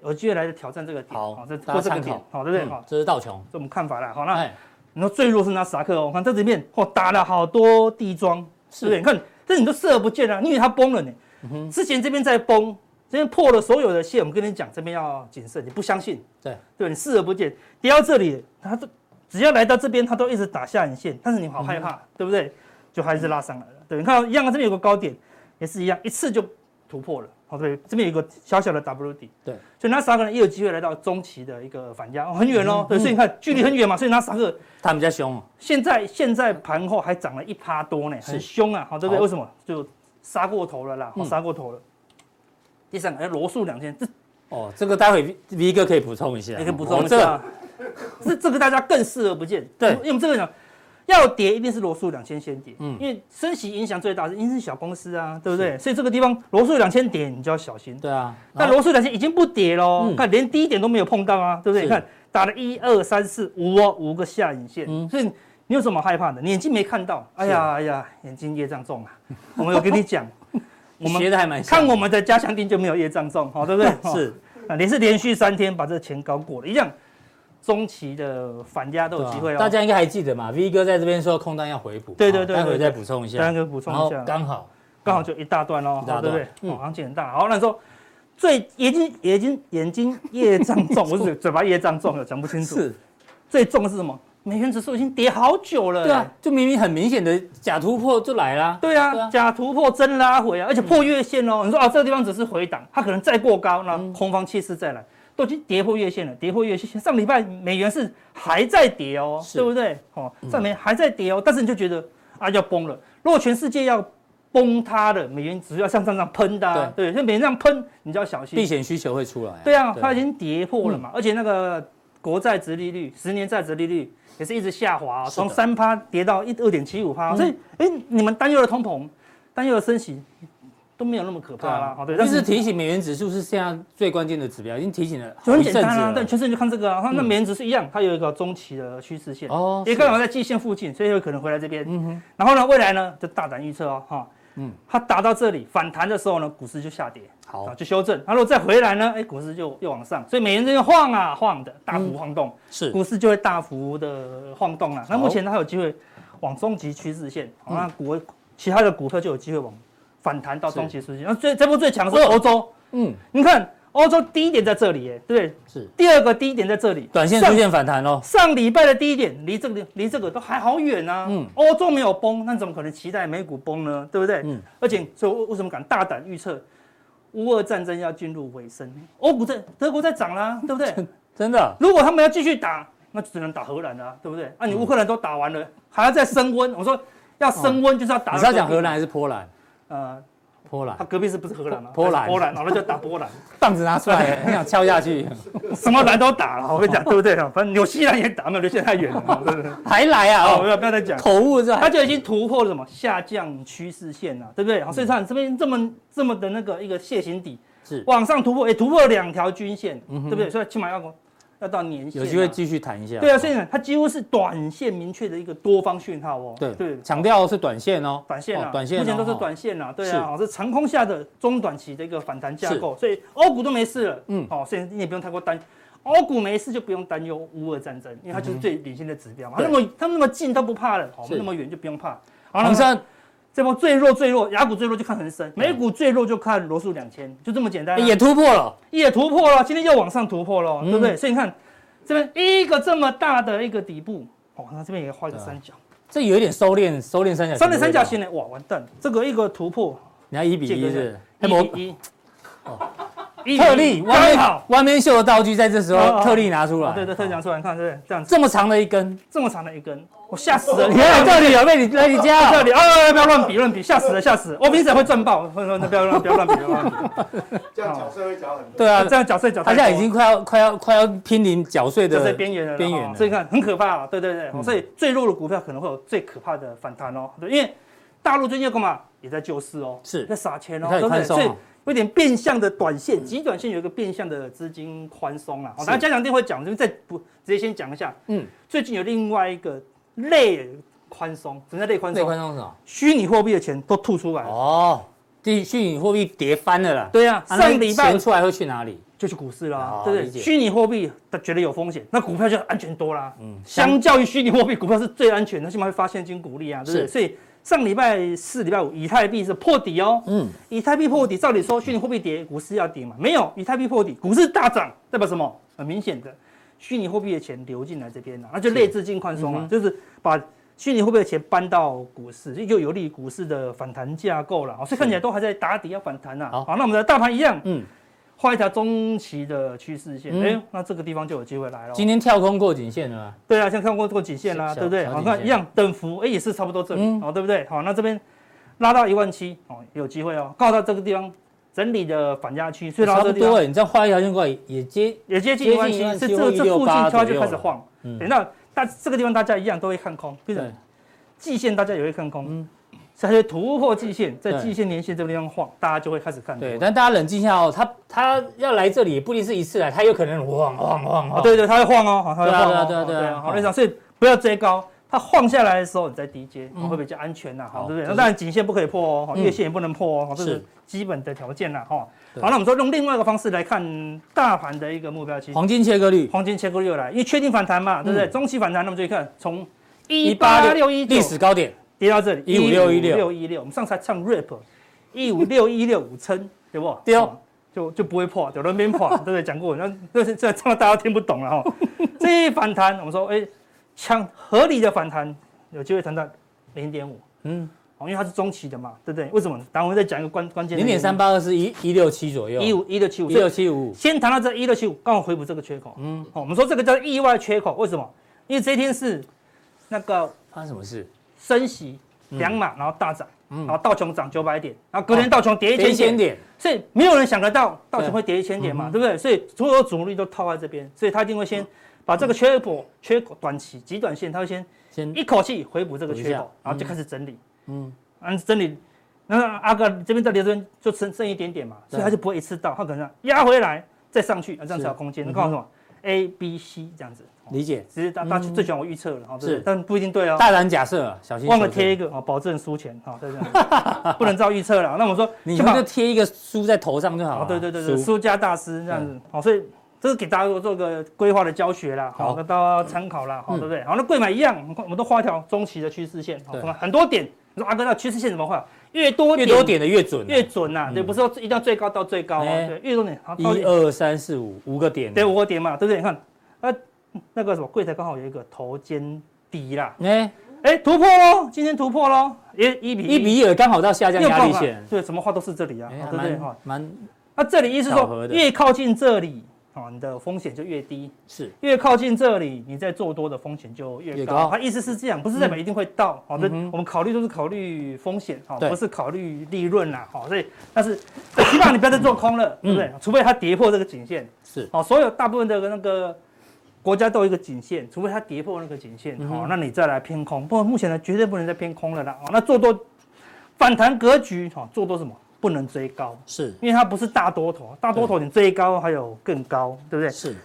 Speaker 2: 有机会来挑战这个点，
Speaker 1: 好
Speaker 2: 哦这
Speaker 1: 大家
Speaker 2: 或这个
Speaker 1: 参考
Speaker 2: 点，好、对不对？
Speaker 1: 嗯
Speaker 2: 好、
Speaker 1: 这是道琼，
Speaker 2: 这我们看法啦。好，那
Speaker 1: 哎，
Speaker 2: 你说最弱是拿萨克哦，我看这里面哦打了好多地桩，对不对？你看这你都视而不见啊，你以为它崩了呢？
Speaker 1: 嗯
Speaker 2: 之前这边在崩，这边破了所有的线，我们跟你讲，这边要谨慎，你不相信，
Speaker 1: 对，
Speaker 2: 对你视而不见，跌到这里，它都只要来到这边，它都一直打下影线，但是你好害
Speaker 1: 嗯
Speaker 2: 怕，对不对？就还是拉上来了。对，你看到一样，啊这边有个高点，也是一样，一次就突破了。好，对，这边有一个小小的 W 底，
Speaker 1: 对，
Speaker 2: 所以纳斯达克呢也有机会来到中期的一个反压，哦很
Speaker 1: 嗯
Speaker 2: 远哦，对，所以你看距离很远嘛，所以纳斯达克
Speaker 1: 他们比较凶哦，
Speaker 2: 现在现在盘后还涨了一趴多呢，很凶啊，好对不对？
Speaker 1: 好
Speaker 2: 为什么？就杀过头了啦，好杀过头了。第三个，哎，罗素两千，这
Speaker 1: 哦，这个待会 V- V 哥可以补充一下，
Speaker 2: 也可以补充
Speaker 1: 哦
Speaker 2: 一
Speaker 1: 这
Speaker 2: 下。这这个大家更视而不见，
Speaker 1: 对
Speaker 2: 因为我们这个讲要跌一定是罗素两千先跌，
Speaker 1: 嗯
Speaker 2: 嗯，因为升息影响最大，因为是小公司啊，对不对？所以这个地方罗素两千跌，你就要小心。
Speaker 1: 对啊，
Speaker 2: 但
Speaker 1: 然后
Speaker 2: 罗素两千已经不跌喽，
Speaker 1: 嗯
Speaker 2: 看连低点都没有碰到啊，对不对？
Speaker 1: 是
Speaker 2: 你看打了一二三四五哦，五个下影线，
Speaker 1: 嗯
Speaker 2: 所以你有什么害怕的？你眼睛没看到，哎呀哎呀，眼睛业障重啊！我们有跟 你讲，我
Speaker 1: 学
Speaker 2: 们
Speaker 1: 的还蛮像
Speaker 2: 看我们的加强定就没有业障重，好，对不对？
Speaker 1: 是
Speaker 2: 哦，啊，连是连续三天把这钱搞过了，一样中期的反压都有机会
Speaker 1: 对啊
Speaker 2: 哦。
Speaker 1: 大家应该还记得嘛，V 哥在这边说空单要回补，
Speaker 2: 对对对
Speaker 1: 哦待会
Speaker 2: 对
Speaker 1: 再补充一下，
Speaker 2: 大家可以补充一
Speaker 1: 然后
Speaker 2: 下，
Speaker 1: 刚好
Speaker 2: 刚好就一大段喽
Speaker 1: 一，大
Speaker 2: 好对不对
Speaker 1: 段？嗯
Speaker 2: 嗯，行情很大。好，那说最眼睛眼睛眼睛业障 重，我是嘴巴业障重了，讲不清楚。
Speaker 1: 是，
Speaker 2: 最重的是什么？美元指数已经跌好久了、欸
Speaker 1: 对啊，，就明明很明显的假突破就来啦，
Speaker 2: 对啊，
Speaker 1: 对啊嗯
Speaker 2: 假突破真拉回啊，而且破月线哦。你说啊，这个地方只是回档，它可能再过高，
Speaker 1: 嗯
Speaker 2: 那空方气势再来，都已经跌破月线了，跌破月线。上礼拜美元是还在跌哦，
Speaker 1: 是嗯
Speaker 2: 对不对？哦，上面还在跌哦，但是你就觉得啊要崩了。如果全世界要崩塌的，美元只要像这样喷的、啊，对，像美元这样喷，你就要小心
Speaker 1: 避。险需求会出来啊，嗯
Speaker 2: 对啊，它已经跌破了嘛，而且那个国债殖利率、十年债殖利率也是一直下滑、哦，
Speaker 1: 是的嗯
Speaker 2: 从三啊趴跌到一二点七五趴，所以哎、诶你们担忧的通膨、担忧的升息，都没有那么可怕
Speaker 1: 对
Speaker 2: 啦
Speaker 1: 啊。
Speaker 2: 哦，对，但
Speaker 1: 就是是提醒美元指数是现在最关键的指标，已经提醒了好
Speaker 2: 就很
Speaker 1: 一
Speaker 2: 简
Speaker 1: 阵子
Speaker 2: 单啊
Speaker 1: 了。，
Speaker 2: 但全世界就看这个啊，它那美元值是一样，它有一个中期的趋势线，
Speaker 1: 嗯哦，
Speaker 2: 也
Speaker 1: 是
Speaker 2: 刚好在季线附近，所以有可能回来这边。
Speaker 1: 嗯哼，
Speaker 2: 然后呢，未来呢就大胆预测哦，哈，
Speaker 1: 嗯
Speaker 2: 嗯，它打到这里反弹的时候呢，股市就下跌，啊，
Speaker 1: 好
Speaker 2: 就修正。它如果再回来呢，哎，股市就又往上，所以美元这边晃啊晃的，大
Speaker 1: 嗯
Speaker 2: 幅晃动，
Speaker 1: 是
Speaker 2: 股市就会大幅的晃动了。那目前它有机会往中级趋势线，
Speaker 1: 嗯
Speaker 2: 好那股其他的股票就有机会往反弹到中级趋势线。那最这波最强的是欧洲，
Speaker 1: 嗯
Speaker 2: 你看欧洲低点在这里，哎，对不对？
Speaker 1: 是，
Speaker 2: 第二个低点在这里，
Speaker 1: 短线
Speaker 2: 上
Speaker 1: 出现反弹喽。
Speaker 2: 上礼拜的低点离这个离这个都还好远啊。
Speaker 1: 嗯
Speaker 2: 欧洲没有崩，那怎么可能期待美股崩呢？对不对？
Speaker 1: 嗯
Speaker 2: 而且，所以我为什么敢大胆预测，乌俄战争要进入尾声？欧股在德国在涨啦、对不对？
Speaker 1: 真的，
Speaker 2: 如果他们要继续打，那只能打荷兰啦、对不对？啊，你乌克兰都打完了，还要再升温。我说要升温就是要打。
Speaker 1: 哦你是要讲荷兰？还是波兰？
Speaker 2: 呃，
Speaker 1: 波兰
Speaker 2: 他，隔壁是不是荷兰啊？
Speaker 1: 波兰
Speaker 2: 波兰，然后就打波兰。
Speaker 1: 棒子拿出 来，很想敲下 去，
Speaker 2: 什么蓝都打了，我跟你讲，对不对？反正纽西兰也打，没有纽西兰太远了，对不对？
Speaker 1: 还来啊！
Speaker 2: 好，不
Speaker 1: 哦，
Speaker 2: 要不要再讲。
Speaker 1: 口误是吧
Speaker 2: 它？就已经突破了什么下降趋势线啊了、对不对？
Speaker 1: 嗯
Speaker 2: 好，所以它这边这么这么的那个一个楔形底
Speaker 1: 是
Speaker 2: 往上突破，哎，突破了两条均线，
Speaker 1: 嗯哼
Speaker 2: 对不对？所以起码要要到年线、啊
Speaker 1: 有机会。继续谈一下。
Speaker 2: 对啊，所以呢，它几乎是短线明确的一个多方讯号哦。
Speaker 1: 对
Speaker 2: 对，
Speaker 1: 强调是短线哦，
Speaker 2: 短线
Speaker 1: 哦
Speaker 2: 啊，
Speaker 1: 短线哦
Speaker 2: 目前都是短线啊，对啊，哦是长空下的中短期的一个反弹架构，所以欧股都没事了，
Speaker 1: 嗯
Speaker 2: 嗯，哦，所以你也不用太过担，欧股没事就不用担忧乌俄战争，因为它就是最领先的指标嘛，
Speaker 1: 对
Speaker 2: 那么他们那么近都不怕了，哦我
Speaker 1: 嗯是
Speaker 2: 们那么远就不用怕。好
Speaker 1: 好
Speaker 2: 了，
Speaker 1: 像
Speaker 2: 这波最弱最弱，雅股最弱就看恒
Speaker 1: 嗯
Speaker 2: 生，美股最弱就看罗素两千，就这么简单啊、
Speaker 1: 哎也突破了，
Speaker 2: 也突破了，今天又往上突破了，
Speaker 1: 嗯
Speaker 2: 对不对？所以你看这边一个这么大的一个底部，哦，那这边也画一个
Speaker 1: 对啊
Speaker 2: 三角，
Speaker 1: 这有一点收敛，收敛三角形的味道。
Speaker 2: 三点三角形呢，哇，完蛋了，这个一个突破，
Speaker 1: 你要一比
Speaker 2: 这
Speaker 1: 一
Speaker 2: 个
Speaker 1: 是
Speaker 2: 一
Speaker 1: 不是？
Speaker 2: 比一，
Speaker 1: 哎
Speaker 2: 哦一
Speaker 1: 特例，
Speaker 2: 比一
Speaker 1: 弯
Speaker 2: 刚
Speaker 1: 面
Speaker 2: 好，
Speaker 1: 弯面秀的道具在这时
Speaker 2: 哦
Speaker 1: 候
Speaker 2: 哦
Speaker 1: 特例拿出
Speaker 2: 哦
Speaker 1: 来，
Speaker 2: 对对，特
Speaker 1: 哦
Speaker 2: 讲出来，你看对，这样子
Speaker 1: 这么长的一 根，
Speaker 2: 这么长的一根，我吓死了，你
Speaker 1: 原来
Speaker 2: 看
Speaker 1: 这里有被你被你加
Speaker 2: 这
Speaker 1: 了，
Speaker 2: 里，啊，不要乱比乱比，吓死了吓死了，我平时也会赚爆，不要不要乱不要乱比不要乱 比，
Speaker 3: 这样角色会讲很多。
Speaker 1: 对啊，
Speaker 2: 这样角色角
Speaker 1: 他
Speaker 2: 太
Speaker 1: 现
Speaker 2: 多
Speaker 1: 在已经快要快要快要濒临缴税
Speaker 2: 就
Speaker 1: 的
Speaker 2: 在边缘了啦，
Speaker 1: 边缘
Speaker 2: 哦
Speaker 1: 了
Speaker 2: 所以看很可怕啊，对对对，
Speaker 1: 嗯
Speaker 2: 所以最弱的股票可能会有最可怕的反弹哦，对，因为大陆最近要干嘛？也在救市哦，
Speaker 1: 是
Speaker 2: 在撒钱哦，
Speaker 1: 开
Speaker 2: 对
Speaker 1: 始
Speaker 2: 不对？
Speaker 1: 宽松
Speaker 2: 所以
Speaker 1: 哦，
Speaker 2: 有点变相的短线，极短线有一个变相的资金宽松啦。哦，
Speaker 1: 是
Speaker 2: 大家家长一定会讲，这边再不直接先讲一下。
Speaker 1: 嗯，
Speaker 2: 最近有另外一个类宽松，什么叫类宽
Speaker 1: 最宽
Speaker 2: 松？
Speaker 1: 松是什么？
Speaker 2: 虚拟货币的钱都吐出来了。
Speaker 1: 哦，地虚拟货币跌翻了啦，
Speaker 2: 对呀、
Speaker 1: 啊，
Speaker 2: 上礼
Speaker 1: 那
Speaker 2: 拜
Speaker 1: 钱出来会去哪里？
Speaker 2: 就去股市啦
Speaker 1: 哦，
Speaker 2: 对
Speaker 1: 理
Speaker 2: 不
Speaker 1: 解
Speaker 2: 对？虚拟货币它觉得有风险，那股票就安全多啦。
Speaker 1: 嗯，
Speaker 2: 相较于虚拟货币，股票是最安全的，起码会发现金股利啊，对不对？
Speaker 1: 是
Speaker 2: 所以上礼拜四、礼拜五，以太币是破底哦。
Speaker 1: 嗯，
Speaker 2: 以太币破底，照理说虚拟货币跌，股市要跌嘛？没有，以太币破底，股市大涨，代表什么？很明显的，虚拟货币的钱流进来这边啊了、那就类资金宽松
Speaker 1: 嗯
Speaker 2: 啊
Speaker 1: 哼，
Speaker 2: 就是把虚拟货币的钱搬到股市，就有利于股市的反弹架构了。哦所以看起来都还在打底要反弹呐、
Speaker 1: 好
Speaker 2: 好，那我们的大盘一样，
Speaker 1: 嗯，
Speaker 2: 画一条中期的趋势线，
Speaker 1: 嗯
Speaker 2: 哎、那这个地方就有机会来了。
Speaker 1: 今天跳空过颈线了吗？
Speaker 2: 对啊，像看过过颈线啦、
Speaker 1: 小
Speaker 2: 对不对？
Speaker 1: 小
Speaker 2: 好，
Speaker 1: 颈
Speaker 2: 看
Speaker 1: 线
Speaker 2: 一样等幅，哎，也是差不多这里，
Speaker 1: 嗯
Speaker 2: 哦，对不对？好，那这边拉到一万七，哦，有机会哦，告到这个地方整理的反压区，所以拉
Speaker 1: 差
Speaker 2: 到
Speaker 1: 不
Speaker 2: 这个地
Speaker 1: 多
Speaker 2: 方
Speaker 1: 哎，你这样画一条线过来也接
Speaker 2: 也接
Speaker 1: 接
Speaker 2: 近
Speaker 1: 近
Speaker 2: 一万七，
Speaker 1: 11700
Speaker 2: 是这这附近
Speaker 1: 118
Speaker 2: 它就开始晃
Speaker 1: 左右了嗯，
Speaker 2: 等到大这个地方大家一样都会看空，对不对
Speaker 1: 对？
Speaker 2: 季线大家也会看空，
Speaker 1: 嗯
Speaker 2: 嗯，所以它就突破季线，在
Speaker 1: 对
Speaker 2: 季线、年线这个地方晃，大家就会开始看多
Speaker 1: 对，但大家冷静一下哦，他他要来这里也不一定是一次来，他有可能晃晃晃
Speaker 2: 啊，
Speaker 1: 晃，
Speaker 2: 对对，它会晃哦，好它会
Speaker 1: 对啊
Speaker 2: 晃哦，
Speaker 1: 对啊对啊对啊
Speaker 2: 好，那所以不要追高，它晃下来的时候你再低接，
Speaker 1: 嗯
Speaker 2: 会比较安全呐，
Speaker 1: 好
Speaker 2: 好，对不
Speaker 1: 就
Speaker 2: 对？
Speaker 1: 是
Speaker 2: 那当然颈线不可以破哦，好
Speaker 1: 嗯
Speaker 2: 月线也不能破哦，好这
Speaker 1: 是
Speaker 2: 是基本的条件啦，哈。
Speaker 1: 对
Speaker 2: 好，那我们说用另外一个方式来看大盘的一个目标期，
Speaker 1: 黄金切割率
Speaker 2: 黄金切割又来，因为确定反弹嘛，对不对？
Speaker 1: 嗯
Speaker 2: 中期反弹，那么就看从一八六
Speaker 1: 186
Speaker 2: 一
Speaker 1: 历史高点，
Speaker 2: 跌到这里
Speaker 1: 15616
Speaker 2: 六一六，我们上次还唱 rap 一五六一六五撑， 对不？
Speaker 1: 对哦
Speaker 2: 哦，就就不会破，有人没破， 对不对？讲过，那那是这唱到大家都听不懂 了哈。这一反弹，我们说，哎，强合理的反弹，有机会谈到零点五，
Speaker 1: 嗯，
Speaker 2: 哦，因为它是中期的嘛，对不对？为什么？然后我们再讲一个关关键的
Speaker 1: 零点三八二是一一六七左右，
Speaker 2: 原因，一五一六七五，
Speaker 1: 一
Speaker 2: 所以
Speaker 1: 六七五五，
Speaker 2: 先谈到这一六七五，刚好回补这个缺口。
Speaker 1: 嗯
Speaker 2: 嗯，好、我们说这个叫意外缺口，为什么？因为这一天是那个
Speaker 1: 发生什么事？
Speaker 2: 升息两码，然后大涨，
Speaker 1: 嗯哦
Speaker 2: 然后道琼涨九百点，然后隔天道琼跌一
Speaker 1: 跌一
Speaker 2: 千
Speaker 1: 千
Speaker 2: 点，
Speaker 1: 点，
Speaker 2: 所以没有人想得到道琼
Speaker 1: 对
Speaker 2: 会跌一千点嘛，
Speaker 1: 嗯
Speaker 2: 对不对？所以所有主力都套在这边，所以他一定会先把这个缺口、缺口短期、极短线，他会先
Speaker 1: 先
Speaker 2: 一口气回补这个
Speaker 1: 补一
Speaker 2: 缺
Speaker 1: 下
Speaker 2: 口，然后就
Speaker 1: 嗯
Speaker 2: 开始整理，
Speaker 1: 嗯，
Speaker 2: 嗯，整理那阿哥这边再留针就剩剩一点点嘛，所以他就不会一次到，他可能压回来再上去，啊，这样才有空
Speaker 1: 嗯
Speaker 2: 间。那告诉我 A、B、C 这样子，哦
Speaker 1: 理解。
Speaker 2: 其实大大家最喜欢我预测了哈，对不对
Speaker 1: 嗯是
Speaker 2: 但不一定对哦。
Speaker 1: 大胆假设啊，小心
Speaker 2: 忘了
Speaker 1: 求证
Speaker 2: 贴一个啊，哦保证输钱哈，对这样不能照预测了。那我们说，
Speaker 1: 你
Speaker 2: 先
Speaker 1: 们
Speaker 2: 把
Speaker 1: 就贴一个书在头上就好
Speaker 2: 哦
Speaker 1: 了。
Speaker 2: 对对对对，
Speaker 1: 书
Speaker 2: 输家大师这样
Speaker 1: 嗯
Speaker 2: 子，好，所以这是给大家做个规划的教学啦，好
Speaker 1: 好，
Speaker 2: 那大家参考啦，好，
Speaker 1: 嗯
Speaker 2: 哦对不对？好，那贵买一样，我们我们都画一条中期的趋势线，好，哦
Speaker 1: 对
Speaker 2: 什么很多点，你说阿哥那趋势线怎么画？越多
Speaker 1: 越多点的越准啊。
Speaker 2: 越准呐，对，不是说一定要最高到最高
Speaker 1: 哎
Speaker 2: 啊，对，越多点，好，到
Speaker 1: 一
Speaker 2: 底
Speaker 1: 二三四五五个点。啊
Speaker 2: 对五个点嘛，对不对？你看，呃，那个什么柜台刚好有一个头肩低啦，
Speaker 1: 哎，
Speaker 2: 哎，突破喽，今天突破喽，也一比
Speaker 1: 一比一刚好到下降
Speaker 2: 你有
Speaker 1: 压
Speaker 2: 办
Speaker 1: 力
Speaker 2: 法
Speaker 1: 线，
Speaker 2: 对，什么话都是这里啊，
Speaker 1: 哎
Speaker 2: 好
Speaker 1: 还
Speaker 2: 对不对？哈
Speaker 1: 蛮，蛮
Speaker 2: 那这里意思
Speaker 1: 巧合
Speaker 2: 说，
Speaker 1: 的
Speaker 2: 越靠近这里，啊，你的风险就越低；
Speaker 1: 是
Speaker 2: 越靠近这里，你再做多的风险就越
Speaker 1: 越
Speaker 2: 高
Speaker 1: 高。
Speaker 2: 它意思是这样，不是代表一定会到。好的，
Speaker 1: 嗯哼
Speaker 2: 我们考虑都是考虑风险，哈，
Speaker 1: 对
Speaker 2: 不是考虑利润啦，好，所以但是希望你不要再做空了，对不对？除非它跌破这个颈线，
Speaker 1: 嗯是
Speaker 2: 好，所有大部分的那个。国家都有一个颈线，除非它跌破那个颈
Speaker 1: 嗯
Speaker 2: 线，好、那你再来偏空。不过目前呢，绝对不能再偏空了啦。哦，那做多反弹格局，哦，做多什么不能追高，
Speaker 1: 是
Speaker 2: 因为它不是大多头，大多头你最高还有更高，对嗯不对？
Speaker 1: 是，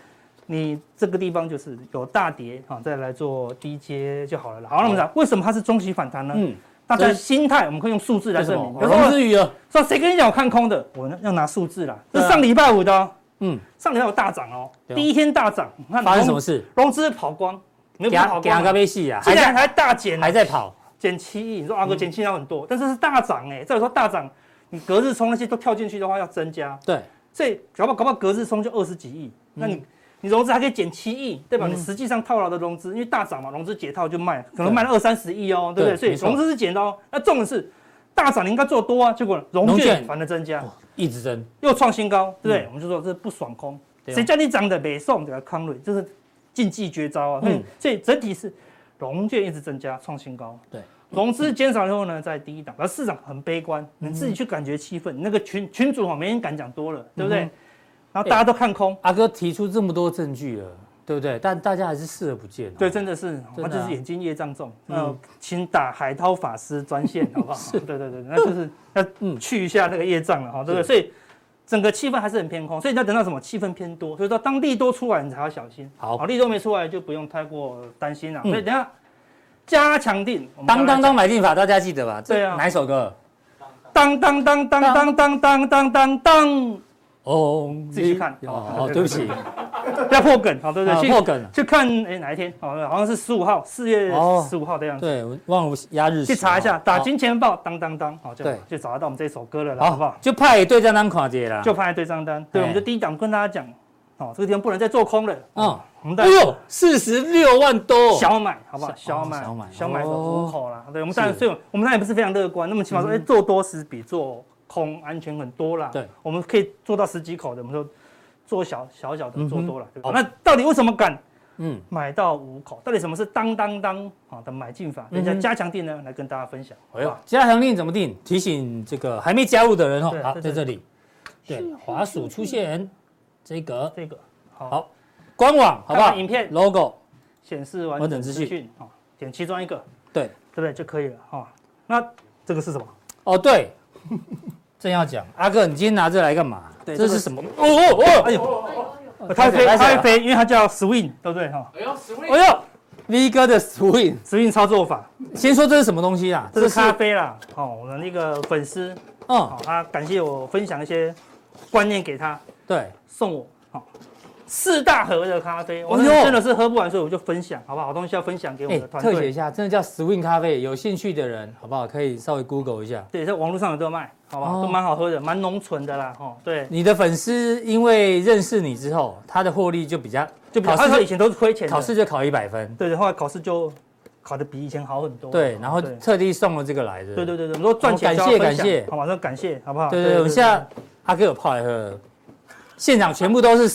Speaker 2: 你这个地方就是有大跌啊，再来做低阶就好了啦。好，那我们讲为什么它是中期反弹呢？
Speaker 1: 嗯，
Speaker 2: 大家
Speaker 1: 这
Speaker 2: 的心态我们可以用数字来
Speaker 1: 这是什
Speaker 2: 证明。
Speaker 1: 么？
Speaker 2: 有
Speaker 1: 融
Speaker 2: 时候
Speaker 1: 资余额，
Speaker 2: 说谁跟你讲我看空的，我要拿数字啦。这
Speaker 1: 对啊
Speaker 2: 上礼拜五的哦，
Speaker 1: 嗯，
Speaker 2: 上礼拜五大涨哦，
Speaker 1: 对哦
Speaker 2: 第一天大涨，你看
Speaker 1: 发生什
Speaker 2: 融
Speaker 1: 么事？
Speaker 2: 融资跑光，嗯没有跑
Speaker 1: 给阿
Speaker 2: 光
Speaker 1: 咖
Speaker 2: 啊，
Speaker 1: 啡戏啊，
Speaker 2: 竟
Speaker 1: 还
Speaker 2: 然
Speaker 1: 在
Speaker 2: 还大减啊，
Speaker 1: 还嗯在跑，
Speaker 2: 减七亿，你说阿哥减七亿很多，但是是大涨哎，再说大涨，你隔日冲那些都跳进去的话要增加，
Speaker 1: 对，
Speaker 2: 所以搞不好搞不好隔日冲就二十几亿，
Speaker 1: 嗯
Speaker 2: 那你、你融资还可以减七亿，对吧？你实际上套牢的融资，因为大涨嘛，融资解套就卖，可能卖了二三十亿哦，对不
Speaker 1: 对
Speaker 2: 对？所以
Speaker 1: 没错
Speaker 2: 融资是减的哦。那重点是大涨你应该做多啊，结果融
Speaker 1: 融
Speaker 2: 券
Speaker 1: 券
Speaker 2: 反而增加，
Speaker 1: 哦一直增，
Speaker 2: 又创新高，对不对？我们就说这是不爽空，
Speaker 1: 嗯对哦
Speaker 2: 谁叫你涨的北宋对吧？康瑞这是禁忌绝招啊。所以、
Speaker 1: 嗯
Speaker 2: 所以整体是融券一直增加，创新高。
Speaker 1: 对。
Speaker 2: 融资减少以后呢，在第一档，而市场很悲观，你
Speaker 1: 嗯
Speaker 2: 自己去感觉气氛。你那个群群主哦，没人敢讲多了，对不
Speaker 1: 嗯
Speaker 2: 对？然后大家都看空，
Speaker 1: 阿哥提出这么多证据了，对不对？但大家还是视而不见哦。
Speaker 2: 对，真的是，
Speaker 1: 真的
Speaker 2: 他
Speaker 1: 啊嗯
Speaker 2: 就是眼睛业障重。那请打海涛法师专线，好不 好？对对对，那就是要
Speaker 1: 嗯
Speaker 2: 去一下那个业障了哈，对不对？
Speaker 1: 是
Speaker 2: 所以整个气氛还是很偏空，所以你要等到什么气氛偏多，所以说当利多出来你才要小心。
Speaker 1: 好
Speaker 2: 利多没出来就不用太过担心了。
Speaker 1: 嗯
Speaker 2: 所以等一下加强定，我们
Speaker 1: 当当
Speaker 2: 刚
Speaker 1: 当买进法，大家记得吧？这
Speaker 2: 对啊
Speaker 1: 哪一首歌？
Speaker 2: 刚当当当当当当当当当，
Speaker 1: 哦，
Speaker 2: 自己去看
Speaker 1: 哦，对不起，
Speaker 2: 不要破梗，好对不
Speaker 1: 啊
Speaker 2: 对？去
Speaker 1: 破梗了。
Speaker 2: 去看哎哪一天？好，好像是十五号，四月
Speaker 1: 哦
Speaker 2: 十五号的样子。
Speaker 1: 对，我忘了压日
Speaker 2: 去
Speaker 1: 期
Speaker 2: 查一下，
Speaker 1: 哦
Speaker 2: 打《金钱豹》当当当，好就
Speaker 1: 对
Speaker 2: 就找得到我们这首歌了啦，
Speaker 1: 好
Speaker 2: 好不好？
Speaker 1: 就派对账单垮结啦。
Speaker 2: 就放在对账单，对，
Speaker 1: 哎
Speaker 2: 我们就第一档跟大家讲，哦，这个地方不能再做空了，
Speaker 1: 嗯，
Speaker 2: 我们再
Speaker 1: 哎呦，四十六万多，
Speaker 2: 小买，好不好？小
Speaker 1: 小
Speaker 2: 买，
Speaker 1: 小买
Speaker 2: 小买
Speaker 1: 哦
Speaker 2: 五口啦，对，我们当然，
Speaker 1: 是嗯
Speaker 2: 所以我们当然也不是非常乐观，那么起码说，哎，做多是比做空安全很多啦，
Speaker 1: 对，
Speaker 2: 我们可以做到十几口的，我们说做小小小的
Speaker 1: 嗯哼
Speaker 2: 做多了，对吧？
Speaker 1: 好
Speaker 2: 那到底为什么敢
Speaker 1: 嗯，
Speaker 2: 买到五口？到底什么是当当当啊的买进法？人
Speaker 1: 嗯
Speaker 2: 家
Speaker 1: 哼
Speaker 2: 加强定呢，来跟大家分享，
Speaker 1: 哎
Speaker 2: 好不
Speaker 1: 呦
Speaker 2: 好，
Speaker 1: 加强令怎么定？提醒这个还没加入的人哦
Speaker 2: 对，
Speaker 1: 好，
Speaker 2: 在
Speaker 1: 在
Speaker 2: 这
Speaker 1: 这里，对，滑鼠出现这个
Speaker 2: 这个好
Speaker 1: 好官网，好不
Speaker 2: 看
Speaker 1: 好？
Speaker 2: 完影片
Speaker 1: logo，
Speaker 2: 显示完
Speaker 1: 完整
Speaker 2: 整
Speaker 1: 资
Speaker 2: 资讯啊，点其中一个，
Speaker 1: 对，
Speaker 2: 对不对就可以了哈、那这个是什么？
Speaker 1: 哦对， 正要讲，阿哥，你今天拿这来干嘛？
Speaker 2: 对
Speaker 1: 这
Speaker 2: 这
Speaker 1: 是
Speaker 2: 个
Speaker 1: 什么？哦哦哦，哎呦，
Speaker 2: 它会飞，
Speaker 1: 拍谁
Speaker 2: 它
Speaker 1: 啊
Speaker 2: 会飞，因为它叫 swing，对不对哈、
Speaker 4: 哎呦，十位
Speaker 1: 哎呦，V 哥的 swing，
Speaker 2: swing 操作法，
Speaker 1: 先说这是什么东西啊？
Speaker 2: 这是咖，啡啦。哦，我的那个粉丝，
Speaker 1: 嗯
Speaker 2: 哦，，他感谢我分享一些观念给他，
Speaker 1: 对，
Speaker 2: 送我哦四大盒的咖啡，我
Speaker 1: 哎呦
Speaker 2: 真的是喝不完，所以我就分享，好不好？好东西要分享给我
Speaker 1: 哎
Speaker 2: 们的，团
Speaker 1: 特写
Speaker 2: 队
Speaker 1: 一。下，真的叫 swing 咖啡，有兴趣的人好不好？可以稍微 Google 一下。
Speaker 2: 对，在网络上有都有卖，好不好？
Speaker 1: 哦
Speaker 2: 都蛮好喝的，蛮浓醇的啦，哦，对，
Speaker 1: 你的粉丝因为认识你之后，他的获利就比较
Speaker 2: 就比较。啊
Speaker 1: 考
Speaker 2: 他
Speaker 1: 试
Speaker 2: 说
Speaker 1: 就
Speaker 2: 以前都是亏钱的，
Speaker 1: 考试就考一百分，
Speaker 2: 对，后来考试就考得比以前好很多。
Speaker 1: 对，然后
Speaker 2: 哦对
Speaker 1: 特地送了这个来的。
Speaker 2: 对对对对，我们说赚钱
Speaker 1: 哦
Speaker 2: 就要
Speaker 1: 感谢
Speaker 2: 分享
Speaker 1: 感谢
Speaker 2: 好马上感谢，好不好？
Speaker 1: 对对对我们现在阿哥有泡来喝，现场全部都是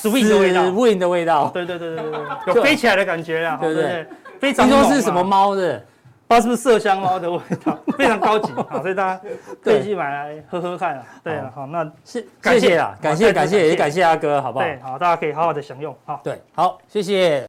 Speaker 2: Swing 的味道
Speaker 1: swing 的味道。
Speaker 2: 对对对对对对，有飞起来的感觉 啊，
Speaker 1: 对
Speaker 2: 对
Speaker 1: 对
Speaker 2: 对，非常
Speaker 1: 听
Speaker 2: 浓
Speaker 1: 说
Speaker 2: 啊
Speaker 1: 是什么？猫的？
Speaker 2: 不知道是不是麝香猫的味道，非常高级好，所以大家可以去买来喝喝看啊。对啊，好，那
Speaker 1: 是
Speaker 2: 感谢
Speaker 1: 谢谢啦，感
Speaker 2: 好
Speaker 1: 谢
Speaker 2: 再
Speaker 1: 感
Speaker 2: 次感
Speaker 1: 谢，也
Speaker 2: 谢
Speaker 1: 感谢阿哥，好不好？
Speaker 2: 对，好，大家可以好好的享用，好。
Speaker 1: 对，好，谢谢。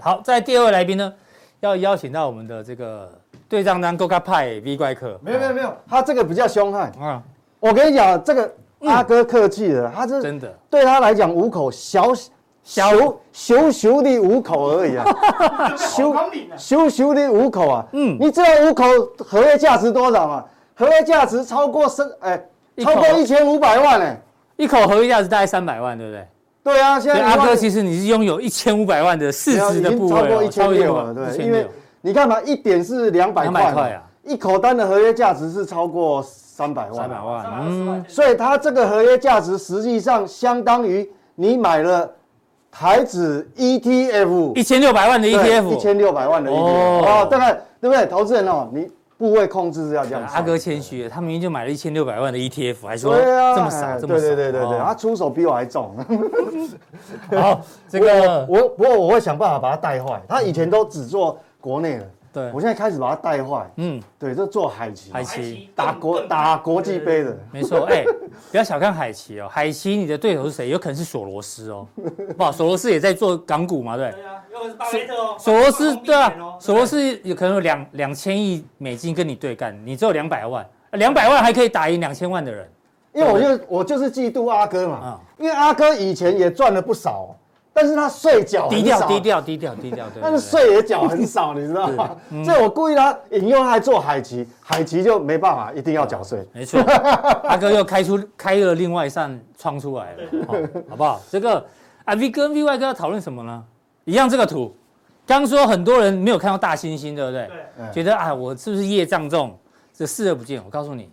Speaker 1: 好，在第二位来宾呢，要邀请到我们的这个对账单 Goga 派 V 怪客，
Speaker 3: 没有没有没有，他这个比较凶悍。
Speaker 1: 啊，
Speaker 3: 我跟你讲，这个阿哥客气了，他这
Speaker 1: 真的
Speaker 3: 对他来讲五口小小小小的五口而 已啊，小
Speaker 1: 啊
Speaker 3: 小小的五口啊。嗯，你知道五口合约价值多少吗？合约价值超过三哎，
Speaker 1: 一口
Speaker 3: 超过一千五百万哎。
Speaker 1: 一口合约价值大概三百万，对不对？
Speaker 3: 对啊，现
Speaker 1: 所以
Speaker 3: 在
Speaker 1: 阿
Speaker 3: 一万
Speaker 1: 哥其实你是拥有一千五百万的市
Speaker 3: 没有
Speaker 1: 值的部位
Speaker 3: 已
Speaker 1: 哦，
Speaker 3: 经超过一千六了，
Speaker 1: 一
Speaker 3: 对，
Speaker 1: 千
Speaker 3: 因为
Speaker 1: 六，
Speaker 3: 你看嘛，一点是两百块
Speaker 1: 200
Speaker 3: 嘛
Speaker 1: 块啊，
Speaker 3: 一口单的合约价值是超过三百万，
Speaker 1: 三百，万，嗯，
Speaker 3: 所以它这个合约价值实际上相当于你买了台指 E ETF
Speaker 1: 一千六百万的
Speaker 3: 一
Speaker 1: ETF，
Speaker 3: 千六百万的 ETF
Speaker 1: E 哦
Speaker 3: 哦，大概对不对？投资人哦，你部位控制是要这样，
Speaker 1: 啊阿哥。谦虚了，他明明就买了一千六百万的 ETF，还说
Speaker 3: 对啊，
Speaker 1: 这么傻，
Speaker 3: 哎
Speaker 1: 这么傻，
Speaker 3: 对对对对对，他
Speaker 1: 哦
Speaker 3: 出手比我还 重。
Speaker 1: 好，这个
Speaker 3: 我我不过我会想办法把它带坏。他以前都只做国内的，
Speaker 1: 嗯对
Speaker 3: 我现在开始把它带坏。
Speaker 1: 嗯，
Speaker 3: 对，这做海旗嘛，
Speaker 1: 海奇，
Speaker 3: 打国打国际杯的，
Speaker 1: 没错，哎，不要小看海奇哦，海奇你的对手是谁？有可能是索罗斯哦， 哇，索罗斯也在做港股嘛，对不对。
Speaker 2: 对啊，又是巴菲特哦，
Speaker 1: 索罗斯
Speaker 2: 红
Speaker 1: 对
Speaker 2: 地
Speaker 1: 啊
Speaker 2: 毯哦，
Speaker 1: 索罗斯有可能有两两千亿美金跟你对干，你只有两百万，呃两百万还可以打赢两千万的人，
Speaker 3: 因为我就我就是嫉妒阿哥嘛
Speaker 1: 啊，
Speaker 3: 因为阿哥以前也赚了不少，但是他税缴哦很
Speaker 1: 低调
Speaker 3: 少啊
Speaker 1: 低，调低调低调， 对。
Speaker 3: 但是
Speaker 1: 对对
Speaker 3: 税也缴很少，你知道吗？ 所以我故意让他引诱他来做海旗，海旗就没办法，一定要缴税。
Speaker 1: 没错，阿哥又开出开了另外一扇窗出来了，哦好不好？这个啊，V 跟 V Y 哥要讨论什么呢？一样这个图，刚说很多人没有看到大猩猩，对不对？
Speaker 2: 对，
Speaker 3: 嗯
Speaker 1: 觉得啊，我是不是业障重？这视而不见。我告诉你，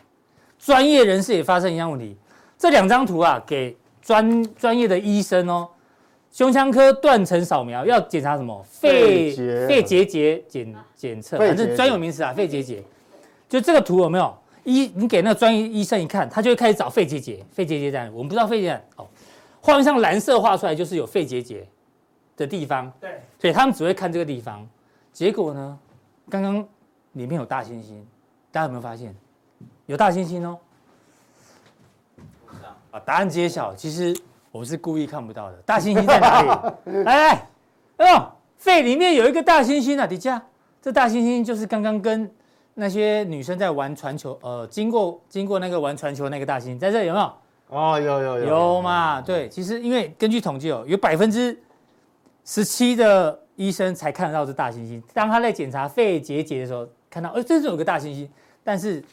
Speaker 1: 专业人士也发生一样问题。这两张图啊，给专专业的医生哦，胸腔科断层扫描要检查什么？
Speaker 3: 肺
Speaker 1: 肺
Speaker 3: 结
Speaker 1: 肺结节检检测，
Speaker 3: 肺结
Speaker 1: 反
Speaker 3: 节
Speaker 1: 正专有名词啊，肺结节。就这个图有没有？医你给那个专业医生一看，他就会开始找肺结节，肺结节在哪里？我们不知道肺结节在哪里哦。画面上蓝色画出来就是有肺结节的地方，
Speaker 2: 对，
Speaker 1: 所以他们只会看这个地方。结果呢，刚刚里面有大猩猩，大家有没有发现？有大猩猩哦。啊，答案揭晓，其实我们是故意看不到的。大猩猩在哪里？哎，哎哎呦，肺里面有一个大猩猩啊，底下这大猩猩就是刚刚跟那些女生在玩传球，呃，经过经过那个玩传球那个大猩猩，在这里有没有？
Speaker 3: 哦，有有哦
Speaker 1: 有嘛？对，其实因为根据统计哦，有百分之十七的医生才看得到这大猩猩。当他在检查肺结节的时候，看到，哎，真是有个大猩猩，但是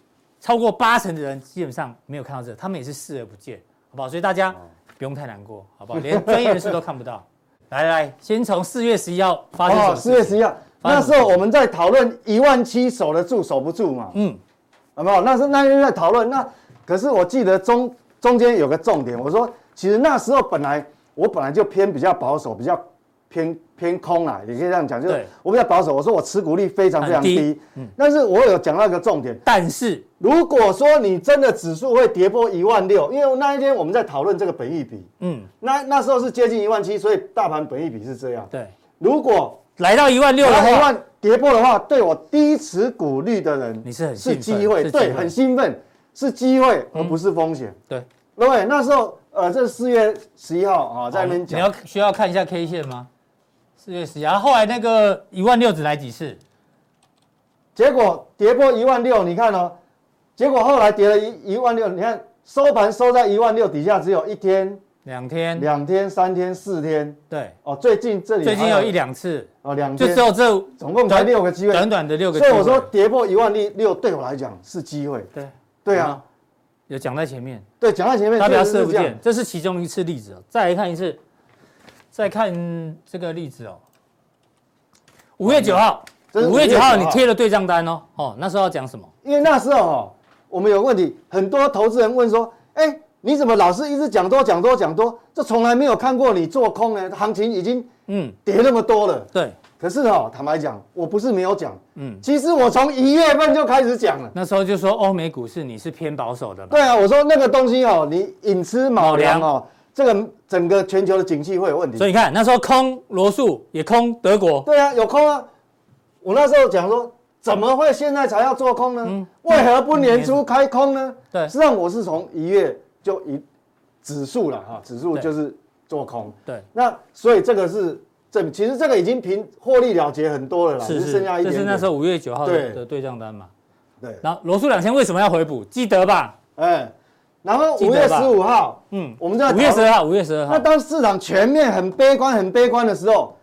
Speaker 1: 超过八成的人基本上没有看到这个，他们也是视而不见，好不好？所以大家
Speaker 3: 哦
Speaker 1: 不用太难过，好不好？连专业人士都看不到。来来，先从四月十一号发生什
Speaker 3: 哦，
Speaker 1: 么事
Speaker 3: 四
Speaker 1: 情？
Speaker 3: 月十一号，
Speaker 1: 发
Speaker 3: 那
Speaker 1: 生什么
Speaker 3: 时
Speaker 1: 事
Speaker 3: 候我们在讨论一万七守得住守不住嘛，
Speaker 1: 嗯，
Speaker 3: 有没有？那是那天在讨论，那可是我记得中中间有个重点，我说其实那时候本来我本来就偏比较保守，比较偏偏空啦，你可以这样讲，就是
Speaker 1: 对
Speaker 3: 我比较保守。我说我持股率非常非常低，
Speaker 1: 很低嗯
Speaker 3: 但是我有讲到一个重点，
Speaker 1: 但是
Speaker 3: 如果说你真的指数会跌破一万六，因为那一天我们在讨论这个本益比，
Speaker 1: 嗯，
Speaker 3: 那那时候是接近一万七，所以大盘本益比是这样。
Speaker 1: 对，
Speaker 3: 如果
Speaker 1: 来到一万六
Speaker 3: 如
Speaker 1: 的
Speaker 3: 果一
Speaker 1: 话，
Speaker 3: 万跌破的话，对我低持股率的人，
Speaker 1: 你是很
Speaker 3: 是
Speaker 1: 兴奋
Speaker 3: 机会，
Speaker 1: 是机会嗯
Speaker 3: 对，很兴奋，是机会而不是风险。
Speaker 1: 对，
Speaker 3: 各位那时候，呃，这四月十一号啊，在那边
Speaker 1: 哦你
Speaker 3: 讲
Speaker 1: 要需要看一下 K 线吗？四月十一，然后后来那个一万六只来几次？
Speaker 3: 结果跌破一万六，你看哦，结果后来跌了一一万六，你看收盘收在一万六底下，只有一天、
Speaker 1: 两天，
Speaker 3: 两天、三天、四天，
Speaker 1: 对，
Speaker 3: 哦，最近这里
Speaker 1: 最近
Speaker 3: 还
Speaker 1: 有一两次，
Speaker 3: 哦两
Speaker 1: 就
Speaker 3: 天
Speaker 1: 只，有这
Speaker 3: 总共才六个机会，
Speaker 1: 短短的六个机
Speaker 3: 所
Speaker 1: 会。
Speaker 3: 以我说跌破一万六六对我来讲是机会，
Speaker 1: 对
Speaker 3: 对啊，，
Speaker 1: 有讲在前面，
Speaker 3: 对，讲到前面
Speaker 1: 嗯大家
Speaker 3: 确实
Speaker 1: 视而
Speaker 3: 是
Speaker 1: 不
Speaker 3: 这样
Speaker 1: 见，，这是其中一次例子哦。再来看一次，再看这个例子哦。五月九号，
Speaker 3: 这是
Speaker 1: 五月
Speaker 3: 5
Speaker 1: 九号
Speaker 3: 9
Speaker 1: 你贴了对账单哦。哦，那时候要讲什么？
Speaker 3: 因为那时候哦，我们有个问题，很多投资人问说，哎、你怎么老是一直讲多讲多讲多，这从来没有看过你做空呢？行情已经
Speaker 1: 嗯，
Speaker 3: 跌那么多了。
Speaker 1: 对，
Speaker 3: 可是哦，坦白讲，我不是没有讲，
Speaker 1: 嗯
Speaker 3: 嗯，其实我从一月份就开始讲了。
Speaker 1: 那时候就说欧美股市你是偏保守的嘛。
Speaker 3: 对啊，我说那个东西哦，你寅吃卯粮哦，这个整个全球的景气会有问题
Speaker 1: 所。以你看那时候空罗素也空德国，
Speaker 3: 对啊，有空啊，我那时候讲说，怎么会现在才要做空呢？
Speaker 1: 嗯
Speaker 3: 为何不年初开空呢？
Speaker 1: 对
Speaker 3: 实际上我是从一月就一指数了哈，指数
Speaker 1: 对
Speaker 3: 就是做空。
Speaker 1: 对，
Speaker 3: 那所以这个是这其实这个已经平获利了结很多了啦，
Speaker 1: 是
Speaker 3: 啊只
Speaker 1: 是，
Speaker 3: 剩下一
Speaker 1: 这
Speaker 3: 点
Speaker 1: 是
Speaker 3: 点。
Speaker 1: 那时候五月九号的
Speaker 3: 对
Speaker 1: 的对账单嘛。
Speaker 3: 对，
Speaker 1: 然后罗素两千为什么要回补？记得吧？
Speaker 3: 哎，然后
Speaker 1: 记
Speaker 3: 五
Speaker 1: 得
Speaker 3: 月
Speaker 1: 吧
Speaker 3: 十五号，
Speaker 1: 嗯，
Speaker 3: 我们在
Speaker 1: 五月十二号，五月十二
Speaker 3: 那
Speaker 1: 号，
Speaker 3: 当市场全面很悲观、很悲观的时候，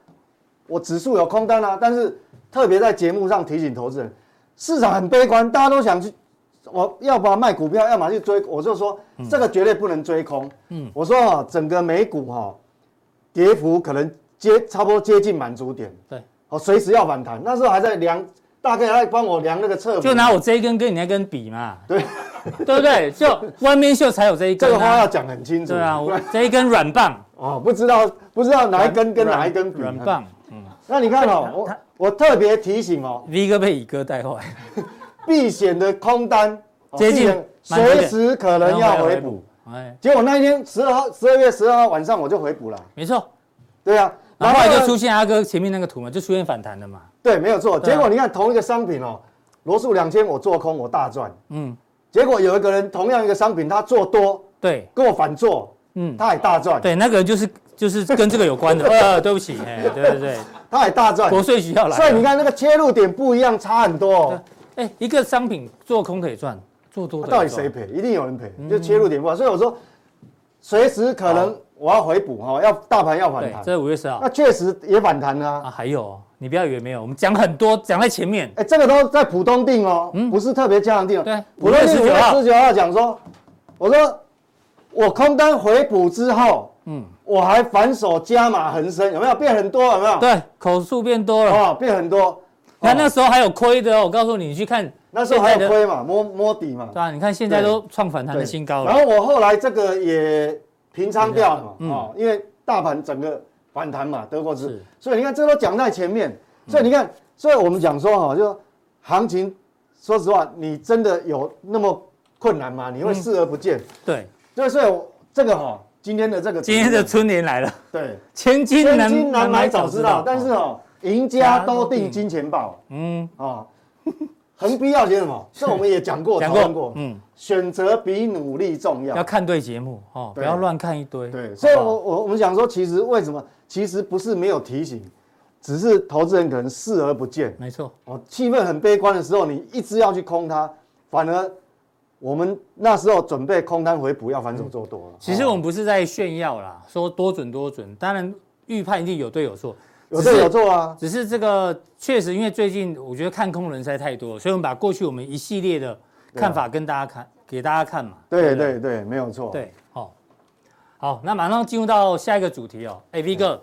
Speaker 3: 我指数有空单啊，但是特别在节目上提醒投资人，市场很悲观，大家都想去，我要不然卖股票，要么去追，我就说
Speaker 1: 嗯
Speaker 3: 这个绝对不能追空。嗯，我说啊，整个美股哈、跌幅可能接差不多接近满足点，
Speaker 1: 对，
Speaker 3: 哦，随时要反弹。那时候还在量，大概还在帮我量那个侧幅，
Speaker 1: 就拿我这一根跟你那根比嘛，
Speaker 3: 对
Speaker 1: 对不对？ 就 One Man Show 才有这一
Speaker 3: 这
Speaker 1: 根
Speaker 3: 个话要
Speaker 1: 啊，
Speaker 3: 讲很清楚，
Speaker 1: 对啊，
Speaker 3: 不
Speaker 1: 我
Speaker 3: 然
Speaker 1: 这一根软棒，
Speaker 3: 哦，不知道不知道哪一根跟哪一根比，
Speaker 1: 软棒。嗯
Speaker 3: 那你看哦，我我特别提醒哦，
Speaker 1: ，V 哥被乙哥带坏，
Speaker 3: 避险的空单哦
Speaker 1: 接近
Speaker 3: 避险
Speaker 1: 满足点
Speaker 3: 随时可能要回补。。
Speaker 1: 哎，
Speaker 3: 结果那一天十二号，十二月十二号晚上我就回补了，
Speaker 1: 没错。
Speaker 3: 对啊，
Speaker 1: 然后后来就
Speaker 3: 呢
Speaker 1: 出现阿哥前面那个图嘛，就出现反弹了嘛。
Speaker 3: 对，没有错。
Speaker 1: 对啊
Speaker 3: 结果你看同一个商品哦，罗素两千我做空我大赚，
Speaker 1: 嗯，
Speaker 3: 结果有一个人同样一个商品他做多
Speaker 1: 对，
Speaker 3: 跟我反做，
Speaker 1: 嗯，
Speaker 3: 他也大赚，
Speaker 1: 对，那个人就是就是跟这个有 关的。呃，对不起，哎，对对对，
Speaker 3: 他也大赚。
Speaker 1: 国税局要来了。
Speaker 3: 所以你看那个切入点不一样，差很多哦。
Speaker 1: 哎、一个商品做空可以赚，做嗯多
Speaker 3: 啊
Speaker 1: 的
Speaker 3: 到底谁赔？一定有人赔，就切入点不好。所以我说，随时可能我要回补哈，要大盘要反
Speaker 1: 对，
Speaker 3: 弹。
Speaker 1: 这是五月十号
Speaker 3: 那确实也反弹了啊。
Speaker 1: 啊，还有哦，你不要以为没有，我们讲很多，讲在前面。
Speaker 3: 哎，这个都在浦东定哦，不是特别加强定哦。
Speaker 1: 嗯对
Speaker 3: 浦东定
Speaker 1: 5
Speaker 3: 五
Speaker 1: 月
Speaker 3: 月
Speaker 1: 19
Speaker 3: 十九号讲说，我说我空单回补之后，嗯，我还反手加码恒生，有没有变很多？有没有？
Speaker 1: 对，口数变多了。
Speaker 3: 哦，变很多。
Speaker 1: 你看
Speaker 3: 哦
Speaker 1: 那时候还有亏的哦，我告诉你，你去看
Speaker 3: 那时候还
Speaker 1: 现在
Speaker 3: 有
Speaker 1: 的，
Speaker 3: 亏嘛，摸摸底嘛
Speaker 1: 对。啊，你看现在都创反弹的
Speaker 3: 对
Speaker 1: 新高
Speaker 3: 然
Speaker 1: 了。
Speaker 3: 后我后来这个也平仓掉了嘛，哦，因为大盘整个反弹嘛，德国
Speaker 1: 嗯是嗯
Speaker 3: 指，所以你看这都讲在前面，所以你看，所以我们讲说哈，就行情，说实话，你真的有那么困难吗？你会视而不见，
Speaker 1: 对，
Speaker 3: 对，所以我这个哈，今天的这个
Speaker 1: 嗯今天的春联来了，
Speaker 3: 对，
Speaker 1: 千金
Speaker 3: 千
Speaker 1: 难
Speaker 3: 金难买早知道，但是
Speaker 1: 哦
Speaker 3: 哦，赢家都定金钱豹
Speaker 1: 嗯，
Speaker 3: 啊，横批要写什么？这我们也讲过，
Speaker 1: 讲
Speaker 3: 讨论
Speaker 1: 过
Speaker 3: 过，，
Speaker 1: 嗯，
Speaker 3: 选择比努力重要
Speaker 1: 要。看对节目哦，不
Speaker 3: 对
Speaker 1: 要乱看一堆。
Speaker 3: 对，所以
Speaker 1: 好不
Speaker 3: 我
Speaker 1: 好
Speaker 3: 我我们想说，其实为什么？其实不是没有提醒，只是投资人可能视而不见。
Speaker 1: 没错，
Speaker 3: 哦，气氛很悲观的时候，你一直要去空它，反而我们那时候准备空单回补，要反手做多了。
Speaker 1: 嗯其实我
Speaker 3: 哦
Speaker 1: 们不是在炫耀啦，说多准多准，当然预判一定有对有错，
Speaker 3: 有
Speaker 1: 只
Speaker 3: 这
Speaker 1: 是
Speaker 3: 有做啊，
Speaker 1: 只是这个确实，因为最近我觉得看空的人实在太多了，所以我们把过去我们一系列的看法跟大家看，给大家看嘛。
Speaker 3: 对
Speaker 1: 不
Speaker 3: 对对，没有错。
Speaker 1: 对，好、好，那马上进入到下一个主题哦。哎，V 哥，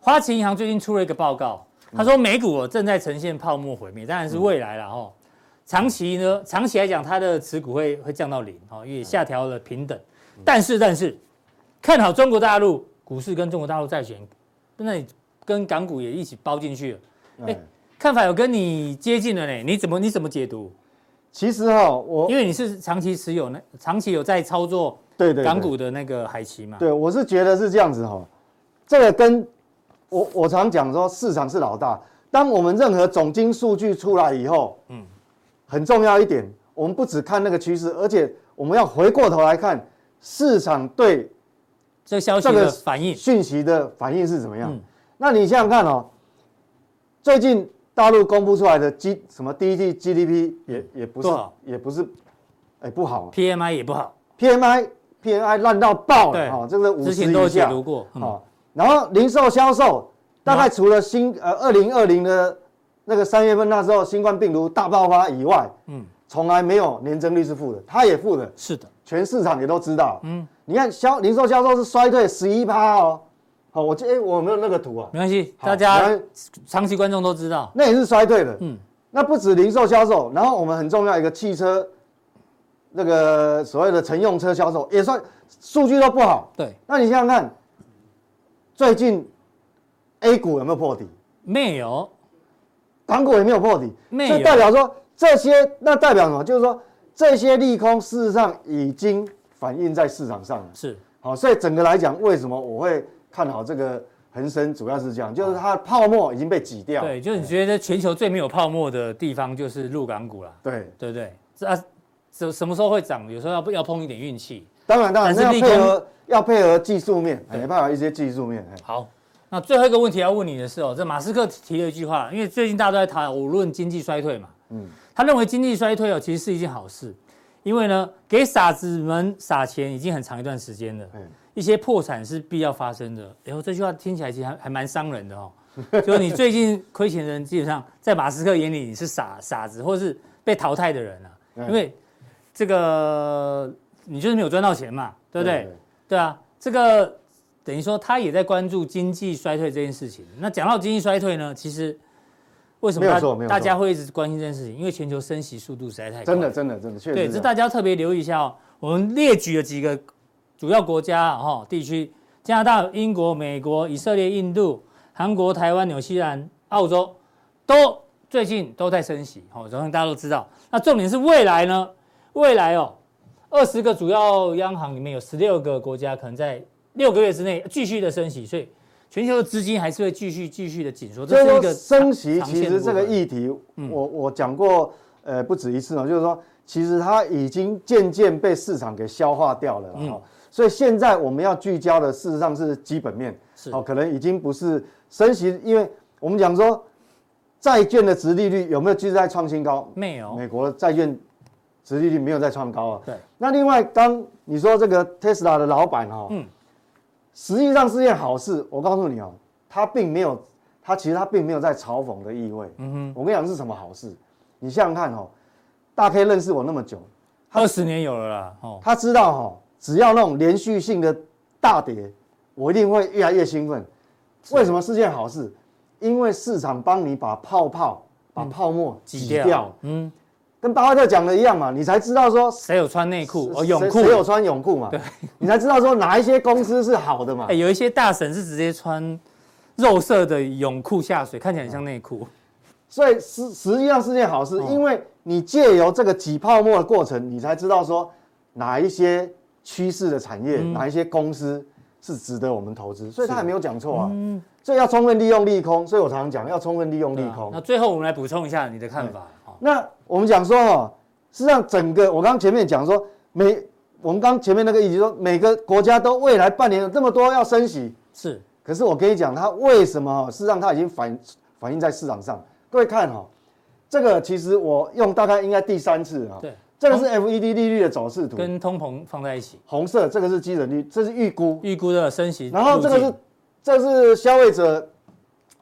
Speaker 1: 花旗银行最近出了一个报告，他说美股哦正在呈现泡沫毁灭，当然是未来了哦。长期呢，长期来讲，它的持股会会降到零哦，也下调了平等。但是但是，看好中国大陆股市跟中国大陆债券，那你跟港股也一起包进去了。
Speaker 3: 哎，
Speaker 1: 看法有跟你接近了呢，你怎么你怎么解读？
Speaker 3: 其实哈，我
Speaker 1: 因为你是长期持有那长期有在操作
Speaker 3: 对对对
Speaker 1: 港股的那个海奇嘛，
Speaker 3: 对，我是觉得是这样子哈、这个跟我我常讲说，市场是老大。当我们任何总经数据出来以后，嗯，很重要一点，我们不只看那个趋势，而且我们要回过头来看市场对
Speaker 1: 这消息
Speaker 3: 这
Speaker 1: 的
Speaker 3: 个
Speaker 1: 反应，
Speaker 3: 讯息的反应是怎么样。
Speaker 1: 嗯
Speaker 3: 那你想想看哦，最近大陆公布出来的 G 什么第一季 GDP 也也不是
Speaker 1: 嗯多少
Speaker 3: 也不是，哎、不好、啊、
Speaker 1: ，PMI 也不好，
Speaker 3: ，PMI PMI 烂到爆
Speaker 1: 对
Speaker 3: 了哈、这个五
Speaker 1: 之
Speaker 3: 十
Speaker 1: 前都有
Speaker 3: 以
Speaker 1: 解
Speaker 3: 下。
Speaker 1: 读过，嗯
Speaker 3: 好、然后零售销售大概除了
Speaker 1: 嗯
Speaker 3: 新呃二零二零的那个三月份那时候新冠病毒大爆发以外，
Speaker 1: 嗯
Speaker 3: 嗯，从来没有年增率是负的，它也负的，
Speaker 1: 是的，
Speaker 3: 全市场也都知道。嗯，你看销零售销售是衰退十一趴哦，好、我记得、诶我有没有那个图啊？
Speaker 1: 没关系，
Speaker 3: 好
Speaker 1: 嗯大家
Speaker 3: 然后
Speaker 1: 长期观众都知道，
Speaker 3: 那也是衰退的。
Speaker 1: 嗯
Speaker 3: 嗯，那不止零售销售，然后我们很重要一个汽车，那个所谓的乘用车销售也算数据都不好。
Speaker 1: 对，
Speaker 3: 那你想想看，最近 A 股有没有破底？
Speaker 1: 没有，
Speaker 3: 港股也没有破底，
Speaker 1: 没有
Speaker 3: 所以代表说这些，那代表什么？就是说这些利空事实上已经反映在市场上了。
Speaker 1: 是
Speaker 3: 好，所以整个来讲，为什么我会看好这个恒生，主要是这样，就是它的泡沫已经被挤掉。
Speaker 1: 对，就是你觉得全球最没有泡沫的地方就是陆港股啦，
Speaker 3: 对，
Speaker 1: 对不对？这啊，什什么时候会涨？有时候要要碰一点运气。
Speaker 3: 当然当然，
Speaker 1: 但
Speaker 3: 那
Speaker 1: 是
Speaker 3: 要
Speaker 1: 利
Speaker 3: 配
Speaker 1: 空
Speaker 3: 合要配合技术面，没办法一些技术面。哎
Speaker 1: 好，那最后一个问题要问你的是哦，这马斯克提了一句话，因为最近大家都在谈无论经济衰退嘛，嗯，他认为经济衰退哦其实是一件好事，因为呢给傻子们撒钱已经很长一段时间了，
Speaker 3: 嗯
Speaker 1: 一些破产是必要发生的。哎呦，这句话听起来其实还还蛮伤人的哦， 就是你最近亏钱的人，基本上在马斯克眼里你是傻傻子，或是被淘汰的人啊，
Speaker 3: 嗯
Speaker 1: 因为这个你就是没有赚到钱嘛，对不对？对啊，这个等于说他也在关注经济衰退这件事情。那讲到经济衰退呢，其实为什么
Speaker 3: 没有
Speaker 1: 大
Speaker 3: 错没有错
Speaker 1: 大家会一直关心这件事情？因为全球升息速度实在太快，
Speaker 3: 真的真的真的，确实
Speaker 1: 对，
Speaker 3: 是
Speaker 1: 这
Speaker 3: 样
Speaker 1: 大家要特别留意一下哦。我们列举了几个主要国家啊哈、地区：加拿大、英国、美国、以色列、印度、韩国、台湾、纽西兰、澳洲，都最近都在升息。哦，然后大家都知道。那重点是未来呢？未来哦，二十个主要央行里面有十六个国家可能在六个月之内继续的升息，所以全球的资金还是会继续继续的紧缩。这
Speaker 3: 就是
Speaker 1: 是一
Speaker 3: 说
Speaker 1: 个
Speaker 3: 升息，
Speaker 1: 长
Speaker 3: 其
Speaker 1: 线的
Speaker 3: 实
Speaker 1: 部
Speaker 3: 这个
Speaker 1: 分嗯
Speaker 3: 议题，我我讲过，呃，不止一次哦，就是说，其实它已经渐渐被市场给消化掉了啦
Speaker 1: 嗯
Speaker 3: 哈。所以现在我们要聚焦的，事实上是基本面，
Speaker 1: 是
Speaker 3: 哦，可能已经不是升息，因为我们讲说，债券的值利率有没有继续在创新高？
Speaker 1: 没有
Speaker 3: 美国的债券殖利率没有再创高啊。
Speaker 1: 哦对。
Speaker 3: 那另外，当你说这个 Tesla 的老板哈，
Speaker 1: 嗯
Speaker 3: 嗯，实际上是件好事。我告诉你哦，他并没有，他其实他并没有在嘲讽的意味。嗯哼。我跟你讲是什么好事？你想想看哦，大 K 认识我那么久，
Speaker 1: 二十年有了啦。哦，
Speaker 3: 他知道哈、只要那种连续性的大跌，我一定会越来越兴奋。为什么是件好事？因为市场帮你把泡泡、把泡沫挤掉。
Speaker 1: 嗯，
Speaker 3: 跟巴菲特讲的一样嘛，你才知道说
Speaker 1: 谁有穿内裤？哦，
Speaker 3: 谁
Speaker 1: 泳裤。
Speaker 3: 谁有穿泳裤嘛，你才知道说哪一些公司是好的嘛
Speaker 1: 哎、。有一些大神是直接穿肉色的泳裤下水，看起来很像内
Speaker 3: 啊
Speaker 1: 裤。
Speaker 3: 所以实实际上是件好事，
Speaker 1: 哦
Speaker 3: 因为你借由这个挤泡沫的过程，你才知道说哪一些趋势的产业，
Speaker 1: 嗯
Speaker 3: 哪一些公司是值得我们投资。所以他也没有讲错啊。
Speaker 1: 嗯
Speaker 3: 所以要充分利用利空，所以我常常讲要充分利用利
Speaker 1: 对啊
Speaker 3: 空
Speaker 1: 那。最后我们来补充一下你的看法。哦
Speaker 3: 那我们讲说哦，是让整个我刚前面讲说每我们刚前面那个议题说每个国家都未来半年有这么多要升息，
Speaker 1: 是
Speaker 3: 可是我跟你讲，它为什么哦？事实上它已经反反映在市场上。各位看哈、哦，这个其实我用大概应该第三次啊、
Speaker 1: 对，
Speaker 3: 这个是 FED 利率的走势图，
Speaker 1: 跟通膨放在一起，
Speaker 3: 红色这个是基准率，这是预估，
Speaker 1: 预估的升息路径。
Speaker 3: 然后这个是这是消费者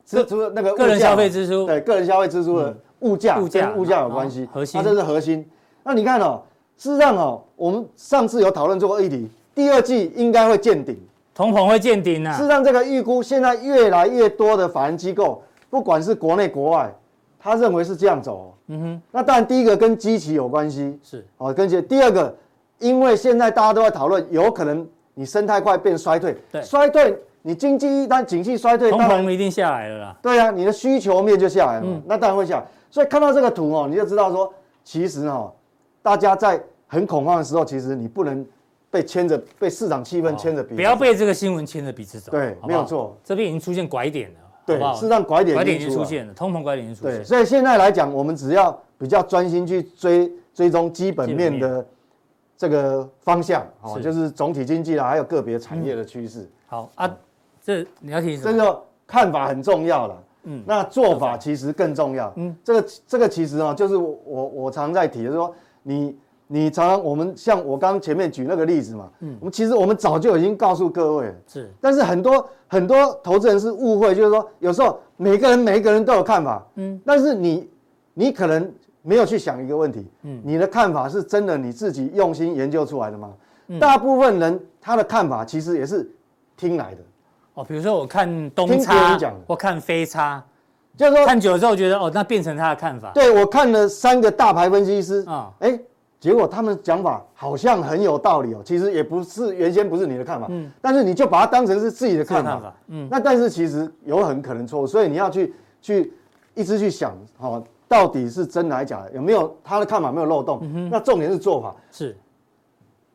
Speaker 3: 支出的那个
Speaker 1: 个人
Speaker 3: 物价
Speaker 1: 消费支出嗯
Speaker 3: 对个人消费支出的物价，
Speaker 1: 物价
Speaker 3: 跟物价有关系啊
Speaker 1: 哦，核心
Speaker 3: 那这是核心。那你看哦，事实上哦，我们上次有讨论过议题，第二季应该会见顶。
Speaker 1: 通膨会见顶
Speaker 3: 事实
Speaker 1: 啊。
Speaker 3: 上，这个预估现在越来越多的法人机构，不管是国内国外，他认为是这样走、哦。
Speaker 1: 嗯哼，
Speaker 3: 那当然，第一个跟基期有关系，
Speaker 1: 是
Speaker 3: 哦，跟基期。第二个，因为现在大家都在讨论，有可能你生态快变衰退，
Speaker 1: 对
Speaker 3: 衰退，你经济一旦景气衰退，
Speaker 1: 通
Speaker 3: 当然
Speaker 1: 膨嗯一定下来了啦。
Speaker 3: 对啊，你的需求面就下来了嘛，那当然会下来。所以看到这个图哦，你就知道说，其实哦，大家在很恐慌的时候，其实你不能被牵着，被市场气氛牵着鼻子走。
Speaker 1: 哦不要被这个新闻牵着鼻子走。
Speaker 3: 对
Speaker 1: 好不好
Speaker 3: 没有错。
Speaker 1: 这边已经出现拐点了，
Speaker 3: 对
Speaker 1: 好不好？
Speaker 3: 是让拐点
Speaker 1: 拐点
Speaker 3: 已
Speaker 1: 已经
Speaker 3: 经
Speaker 1: 出
Speaker 3: 出
Speaker 1: 现了，通膨拐点已经出
Speaker 3: 对，
Speaker 1: 现。
Speaker 3: 所以现在来讲，我们只要比较专心去追追踪基本面
Speaker 1: 基本
Speaker 3: 的这个方向，哦，
Speaker 1: 是
Speaker 3: 就是总体经济啦，还有个别产业的趋势，
Speaker 1: 好
Speaker 3: 嗯
Speaker 1: 啊，这你要提什
Speaker 3: 这
Speaker 1: 么？
Speaker 3: 个看法很重要了。
Speaker 1: 嗯
Speaker 3: 嗯，那做法其实更重要。嗯，这个这个其实啊，就是我我我常在提，就是说你你常常我们像我刚刚前面举那个例子嘛，嗯，我们其实我们早就已经告诉各位了，
Speaker 1: 是
Speaker 3: 但是很多很多投资人是误会，就是说有时候每个人每一个人都有看法，嗯，但是你你可能没有去想一个问题，嗯，你的看法是真的你自己用心研究出来的吗？大部分人他的看法其实也是听来的，
Speaker 1: 哦，比如说我看东
Speaker 3: 听别
Speaker 1: 差
Speaker 3: 人讲的，
Speaker 1: 我看非差，
Speaker 3: 就是说，
Speaker 1: 看久了之后觉得哦，那变成他的看法。
Speaker 3: 对我看了三个大牌分析师
Speaker 1: 啊
Speaker 3: 啊，哎、结果他们讲法好像很有道理哦，其实也不是原先不是你的看法，嗯，但是你就把它当成是自己的看
Speaker 1: 看
Speaker 3: 法，
Speaker 1: 法
Speaker 3: 嗯，那但是其实有很可能错误，所以你要去去一直去想，哦，到底是真的还是假的，有没有他的看法有没有漏洞？那重点是做法，
Speaker 1: 是，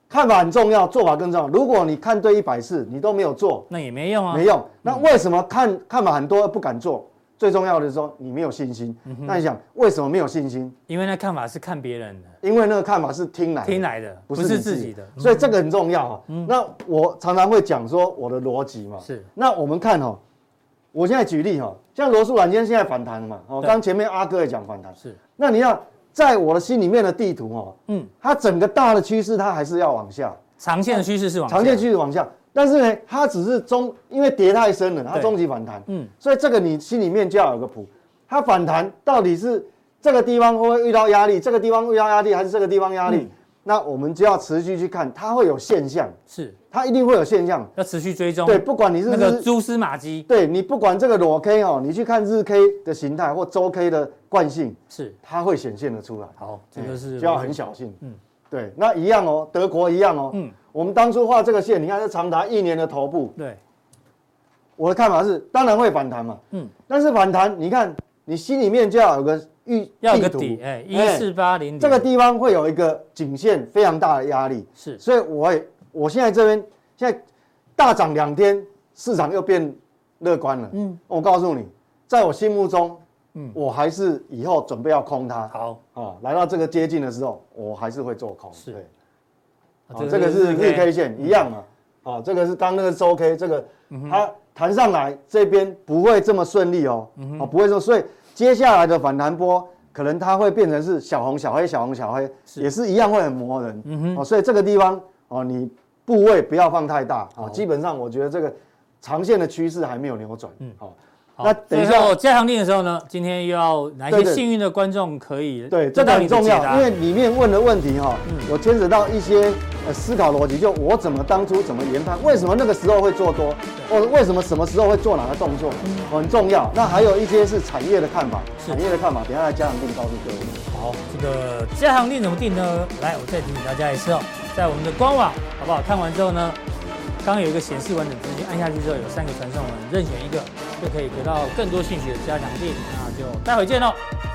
Speaker 3: 看法很重要，做法更重要。如果你看对一百次，你都没有做，
Speaker 1: 那也没用啊。
Speaker 3: 没用。那为什么看看法很多不敢做？最重要的是说你没有信心。那你想为什么没有信心？
Speaker 1: 因为那看法是看别人的、
Speaker 3: 因为那个看法是听来的
Speaker 1: 听，来的，不
Speaker 3: 哎不
Speaker 1: 是
Speaker 3: 是你
Speaker 1: 自
Speaker 3: 自
Speaker 1: 己
Speaker 3: 己
Speaker 1: 的嗯
Speaker 3: 的，。嗯所以这啊个很重要哈、那我常常会讲说我的逻辑嘛，
Speaker 1: 是
Speaker 3: 那我们看哦，我现在举例哈，像罗素软件现在反弹了嘛，哦，
Speaker 1: 对
Speaker 3: 刚前面阿哥也讲反弹，
Speaker 1: 是，
Speaker 3: 那你要在我的心里面的地图哦，
Speaker 1: 嗯，
Speaker 3: 它整个大的趋势它还是要往下，
Speaker 1: 长线的趋势是往下
Speaker 3: 长线趋势往下，但是呢，它只是中，因为跌太深了，它
Speaker 1: 对
Speaker 3: 中级反弹，
Speaker 1: 嗯，
Speaker 3: 所以这个你心里面就要有个谱，它反弹到底是这个地方会不会遇到压力，这个地方遇到压力还是这个地方压
Speaker 1: 嗯
Speaker 3: 力，那我们就要持续去看，它会有现象，
Speaker 1: 是
Speaker 3: 它一定会有现象，
Speaker 1: 要持续追踪，
Speaker 3: 对，不管你是
Speaker 1: 那
Speaker 3: 不
Speaker 1: 个
Speaker 3: 是
Speaker 1: 蛛丝马迹
Speaker 3: 对你不管这个裸 K 哦，你去看日 K 的形态或周 K 的惯性，
Speaker 1: 是
Speaker 3: 它会显现的出来。
Speaker 1: 好，这个
Speaker 3: 哎
Speaker 1: 是
Speaker 3: 就要很小心。
Speaker 1: 嗯
Speaker 3: 嗯，对，那一样哦，德国一样哦。
Speaker 1: 嗯
Speaker 3: 嗯，我们当初画这个线，你看是长达一年的头部，
Speaker 1: 对，
Speaker 3: 我的看法是，当然会反弹嘛。
Speaker 1: 嗯
Speaker 3: 嗯，但是反弹，你看你心里面就要有个预
Speaker 1: 要有个
Speaker 3: 地
Speaker 1: 底，
Speaker 3: 图
Speaker 1: 哎，一
Speaker 3: 哎
Speaker 1: 四八零
Speaker 3: 这个地方会有一个颈线非常大的压力，
Speaker 1: 是
Speaker 3: 所以我也我现在这边现在大涨两天，市场又变乐观了。
Speaker 1: 嗯
Speaker 3: 嗯，我告诉你，在我心目中，
Speaker 1: 嗯
Speaker 3: 嗯，我还是以后准备要空它。
Speaker 1: 好，
Speaker 3: 哦，来到这个接近的时候，我还是会做空。
Speaker 1: 是
Speaker 3: 对，
Speaker 1: 啊
Speaker 3: 哦，这个是日 K 线一样嘛。哦，这个是刚那个周 K，这个它弹上来这边不会这么顺利哦，哦不会说，所以接下来的反弹波可能它会变成是小红小黑小红小黑，也是一样会很磨人。哦，所以这个地方哦，你部位不要放太大哦，基本上我觉得这个长线的趋势还没有扭转。嗯，好，那
Speaker 1: 那
Speaker 3: 等
Speaker 1: 等
Speaker 3: 一
Speaker 1: 一
Speaker 3: 下
Speaker 1: 下加强令的时候呢，今天又要哪一些
Speaker 3: 对对
Speaker 1: 幸运的观众可以
Speaker 3: 对，这
Speaker 1: 得
Speaker 3: 个
Speaker 1: 到你
Speaker 3: 很
Speaker 1: 的嗯
Speaker 3: 重
Speaker 1: 解
Speaker 3: 要，
Speaker 1: 答
Speaker 3: 因为？里面问的问题哈、有牵扯到一些呃思考逻辑，就我怎么当初怎么研判，为什么那个时候会做多，或者为什么什么时候会做哪个动作，很重要。那还有一些是产业的看法，
Speaker 1: 嗯是
Speaker 3: 产业的看法，等一下来加强定告诉各位。
Speaker 1: 好，这个加强令怎么定呢？来，我再提醒大家一次哦，在我们的官网好不好？看完之后呢，刚刚有一个显示完整资讯，按下去之后有三个传送门，任选一个就可以得到更多信息的加强令。那就待会见喽，拜拜。